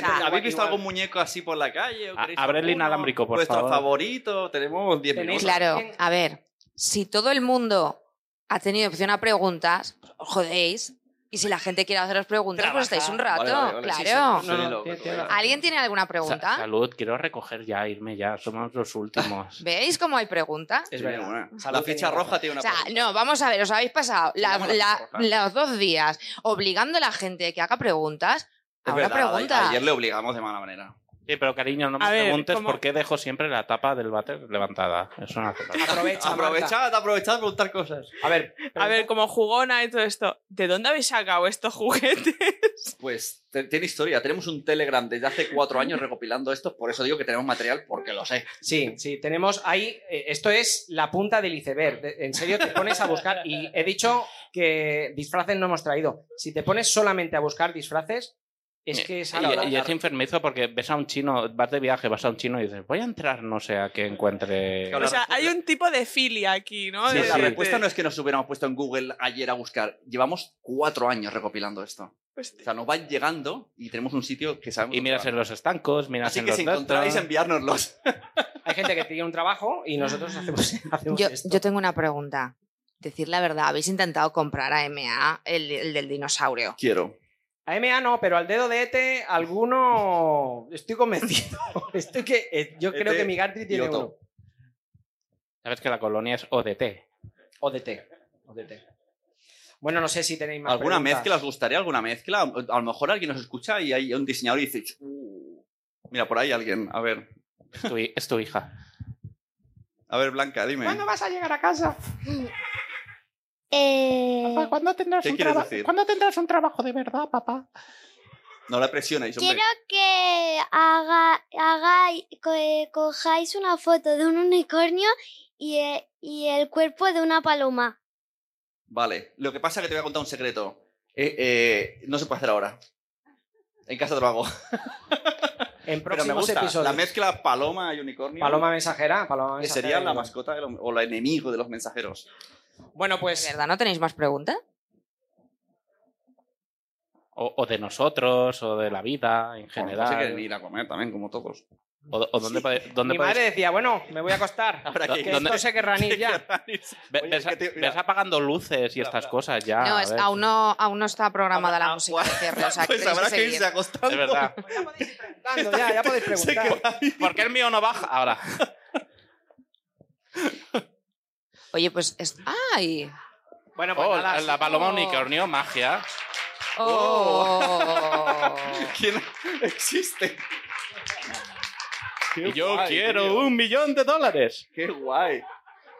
B: ¿Te-
C: Ah,
B: te-
C: Igual-
B: Ah, ¿Habéis visto
C: igual.
B: algún muñeco así por la calle? ¿O
D: A-
B: queréis
D: abre el
B: alguno?
D: inalámbrico, por
B: Vuestro
D: favor.
B: favorito. Tenemos 10
C: Tenéis-
B: minutos.
G: Claro,
C: bien.
G: a ver, si todo el mundo ha tenido opción a preguntas, pues, os jodéis. Y si la gente quiere haceros preguntas, pues estáis un rato,
B: Vale, vale, vale. Sí,
G: claro.
B: sí, sí, sí,
C: No, no,
B: lo-
C: tiene-
B: lo-
C: tiene
B: lo-
C: razón.
G: ¿Alguien tiene alguna
D: Sa-
G: pregunta?
D: salud, quiero recoger ya, irme ya. Somos los últimos.
G: ¿Veis cómo hay preguntas?
C: Es
B: Sí,
C: verdad.
B: tiene una.
C: Salud
B: La ficha
C: tenía.
B: roja tiene una
G: O sea,
B: pregunta.
G: no, vamos a ver, os habéis pasado la-
B: Llama la
G: la-
B: porra.
G: los dos días obligando a la gente que haga preguntas
B: Es
G: a una
B: verdad, a-
G: pregunta.
B: Ayer le obligamos de mala manera.
D: Sí, pero cariño, no me
C: A ver,
D: preguntes
C: ¿cómo?
D: por qué dejo siempre la tapa del váter levantada. Eso no hace
B: Ah,
D: falta.
C: Aprovecha, Marta.
B: Aprovechad, aprovechad de preguntar cosas.
C: A ver,
H: A ver, como jugona y todo esto, ¿de dónde habéis sacado estos juguetes?
B: Pues te- tiene historia. Tenemos un Telegram desde hace cuatro años recopilando esto. Por eso digo que tenemos material, porque lo sé.
C: Sí, sí, tenemos ahí. eh, Esto es la punta del iceberg. De- En serio, te pones a buscar. Y he dicho que disfraces no hemos traído. Si te pones solamente a buscar disfraces,
B: Eh,
C: es que es algo.
D: Y, y es enfermizo porque ves a un chino, vas de viaje, vas a un chino y dices, voy a entrar, no sé a qué encuentre.
B: Claro.
H: O sea, hay un tipo de filia aquí, ¿no?
B: Sí,
H: De-
B: la
H: de-
B: respuesta no es que nos hubiéramos puesto en Google ayer a buscar. Llevamos cuatro años recopilando esto. O
H: Hostia.
B: sea, nos van llegando y tenemos un sitio que sabemos.
D: Y miras en
B: dónde
D: los estancos,
B: van.
D: miras
B: Así
D: en
B: que
D: los
B: si
D: datos.
B: encontráis, enviárnoslos.
C: Hay gente que tiene un trabajo y nosotros hacemos, hacemos
G: Yo,
C: esto.
G: yo tengo una pregunta. Decir la verdad, ¿habéis intentado comprar a MA el, el del dinosaurio?
B: Quiero.
C: A MA no, pero al dedo de ET, alguno. Estoy convencido. Estoy que, eh, yo creo
B: ET
C: que mi Gartry tiene
B: E y Otto.
C: uno.
D: Sabes que la colonia es ODT.
C: O de T. O de T. Bueno, no sé si tenéis más.
B: ¿Alguna
C: preguntas.
B: mezcla? ¿Os gustaría alguna mezcla? A lo mejor alguien nos escucha y hay un diseñador y dice. "Uh, Mira, por ahí alguien. A ver.
D: Es tu, hi- es tu hija.
B: A ver, Blanca, dime.
C: ¿Cuándo vas a llegar a casa?
I: Eh,
J: Papá, ¿cuándo tendrás,
B: ¿Qué
J: un
B: quieres
J: traba-
B: decir?
J: ¿cuándo tendrás un trabajo de verdad, papá?
B: No la presionáis, hombre.
I: quiero que haga, hagáis- co- eh, cojáis una foto de un unicornio y, eh, y el cuerpo de una paloma.
B: Vale. Lo que pasa es que te voy a contar un secreto. Eh, eh, no se puede hacer ahora. En casa te lo hago.
C: En
B: Pero me
C: próximos
B: gusta. La
C: episodios.
B: mezcla paloma y unicornio.
C: Paloma mensajera, paloma
B: que
C: mensajera.
B: sería la mascota de los- o la enemigo de los mensajeros.
C: Bueno,
G: ¿De
C: pues
G: verdad no tenéis más preguntas?
D: O, o de nosotros, o de la vida en
B: Bueno, no sé qué,
D: general.
B: ni la comer también, como todos.
D: O, o dónde, pode- dónde
C: mi
D: podéis-
C: madre decía, bueno, me voy a acostar.
B: Ahora
C: que
B: que-
C: esto
D: ¿dónde-
C: se querrán ir ya.
D: ve-
B: Oye, es
D: ves,
B: que te- mira.
D: ves apagando luces y
B: Mira,
D: estas
B: mira.
D: cosas ya.
G: no,
D: Ah, a
G: es-
D: ver.
G: aún, no, aún no está programada la
B: Ah,
G: música de cierre. O sea, que
B: Pues
G: tenéis que
B: habrá que
G: seguir.
B: irse acostando.
D: Es verdad.
C: Ya podéis ir preguntando, ya, ya podéis
B: Se
C: preguntar.
B: queda ahí.
D: ¿Por qué el mío no baja? Ahora.
G: Oye, pues. es- ¡Ay!
C: Bueno, pues
D: Oh,
C: nada.
D: la, la paloma unicornio, magia.
G: ¡Oh!
B: ¿Quién existe?
D: Y yo
B: guay,
D: quiero
B: tío.
D: un millón de dólares.
B: ¡Qué guay!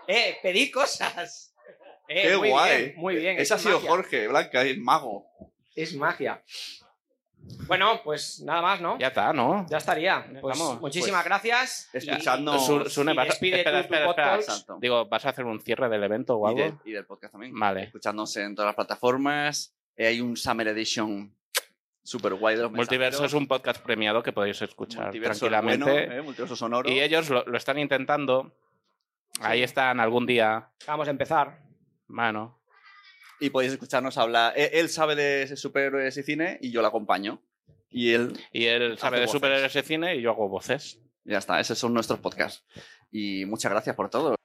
C: Eh, pedí cosas. Eh,
B: ¡Qué
C: muy
B: guay!
C: bien, muy bien.
B: Ese ha
C: es
B: sido
C: magia,
B: Jorge, Blanca, el mago.
C: Es magia. Bueno, pues nada más, ¿no?
D: Ya está, ¿no?
C: Ya estaría.
D: Ya
C: Pues
D: estamos.
C: muchísimas gracias.
B: Escuchadnos.
D: Su- Sune,
C: y
D: vas a-
C: despide
D: espera,
C: tú tu
D: espera, espera.
C: podcast.
B: Exacto.
D: Digo, ¿vas a hacer un cierre del evento o
B: Y, del-
D: algo?
B: y del podcast también.
D: Vale.
B: Escuchadnos en todas las plataformas. Eh, hay un Summer Edition super guay de los
D: Multiverso es
B: mensajeros.
D: un podcast premiado que podéis escuchar
B: Multiverso es
D: tranquilamente.
B: bueno, eh, multiverso sonoro.
D: Y ellos lo, lo están intentando. Ahí están algún día.
C: Vamos a empezar.
D: Mano.
B: Y podéis escucharnos hablar. Eh, Él sabe de superhéroes y cine y yo lo acompaño. Y él,
D: Y él sabe de
B: voces.
D: superhéroes de cine y yo hago voces.
B: ya está, esos son nuestros podcasts. Y muchas gracias por todo.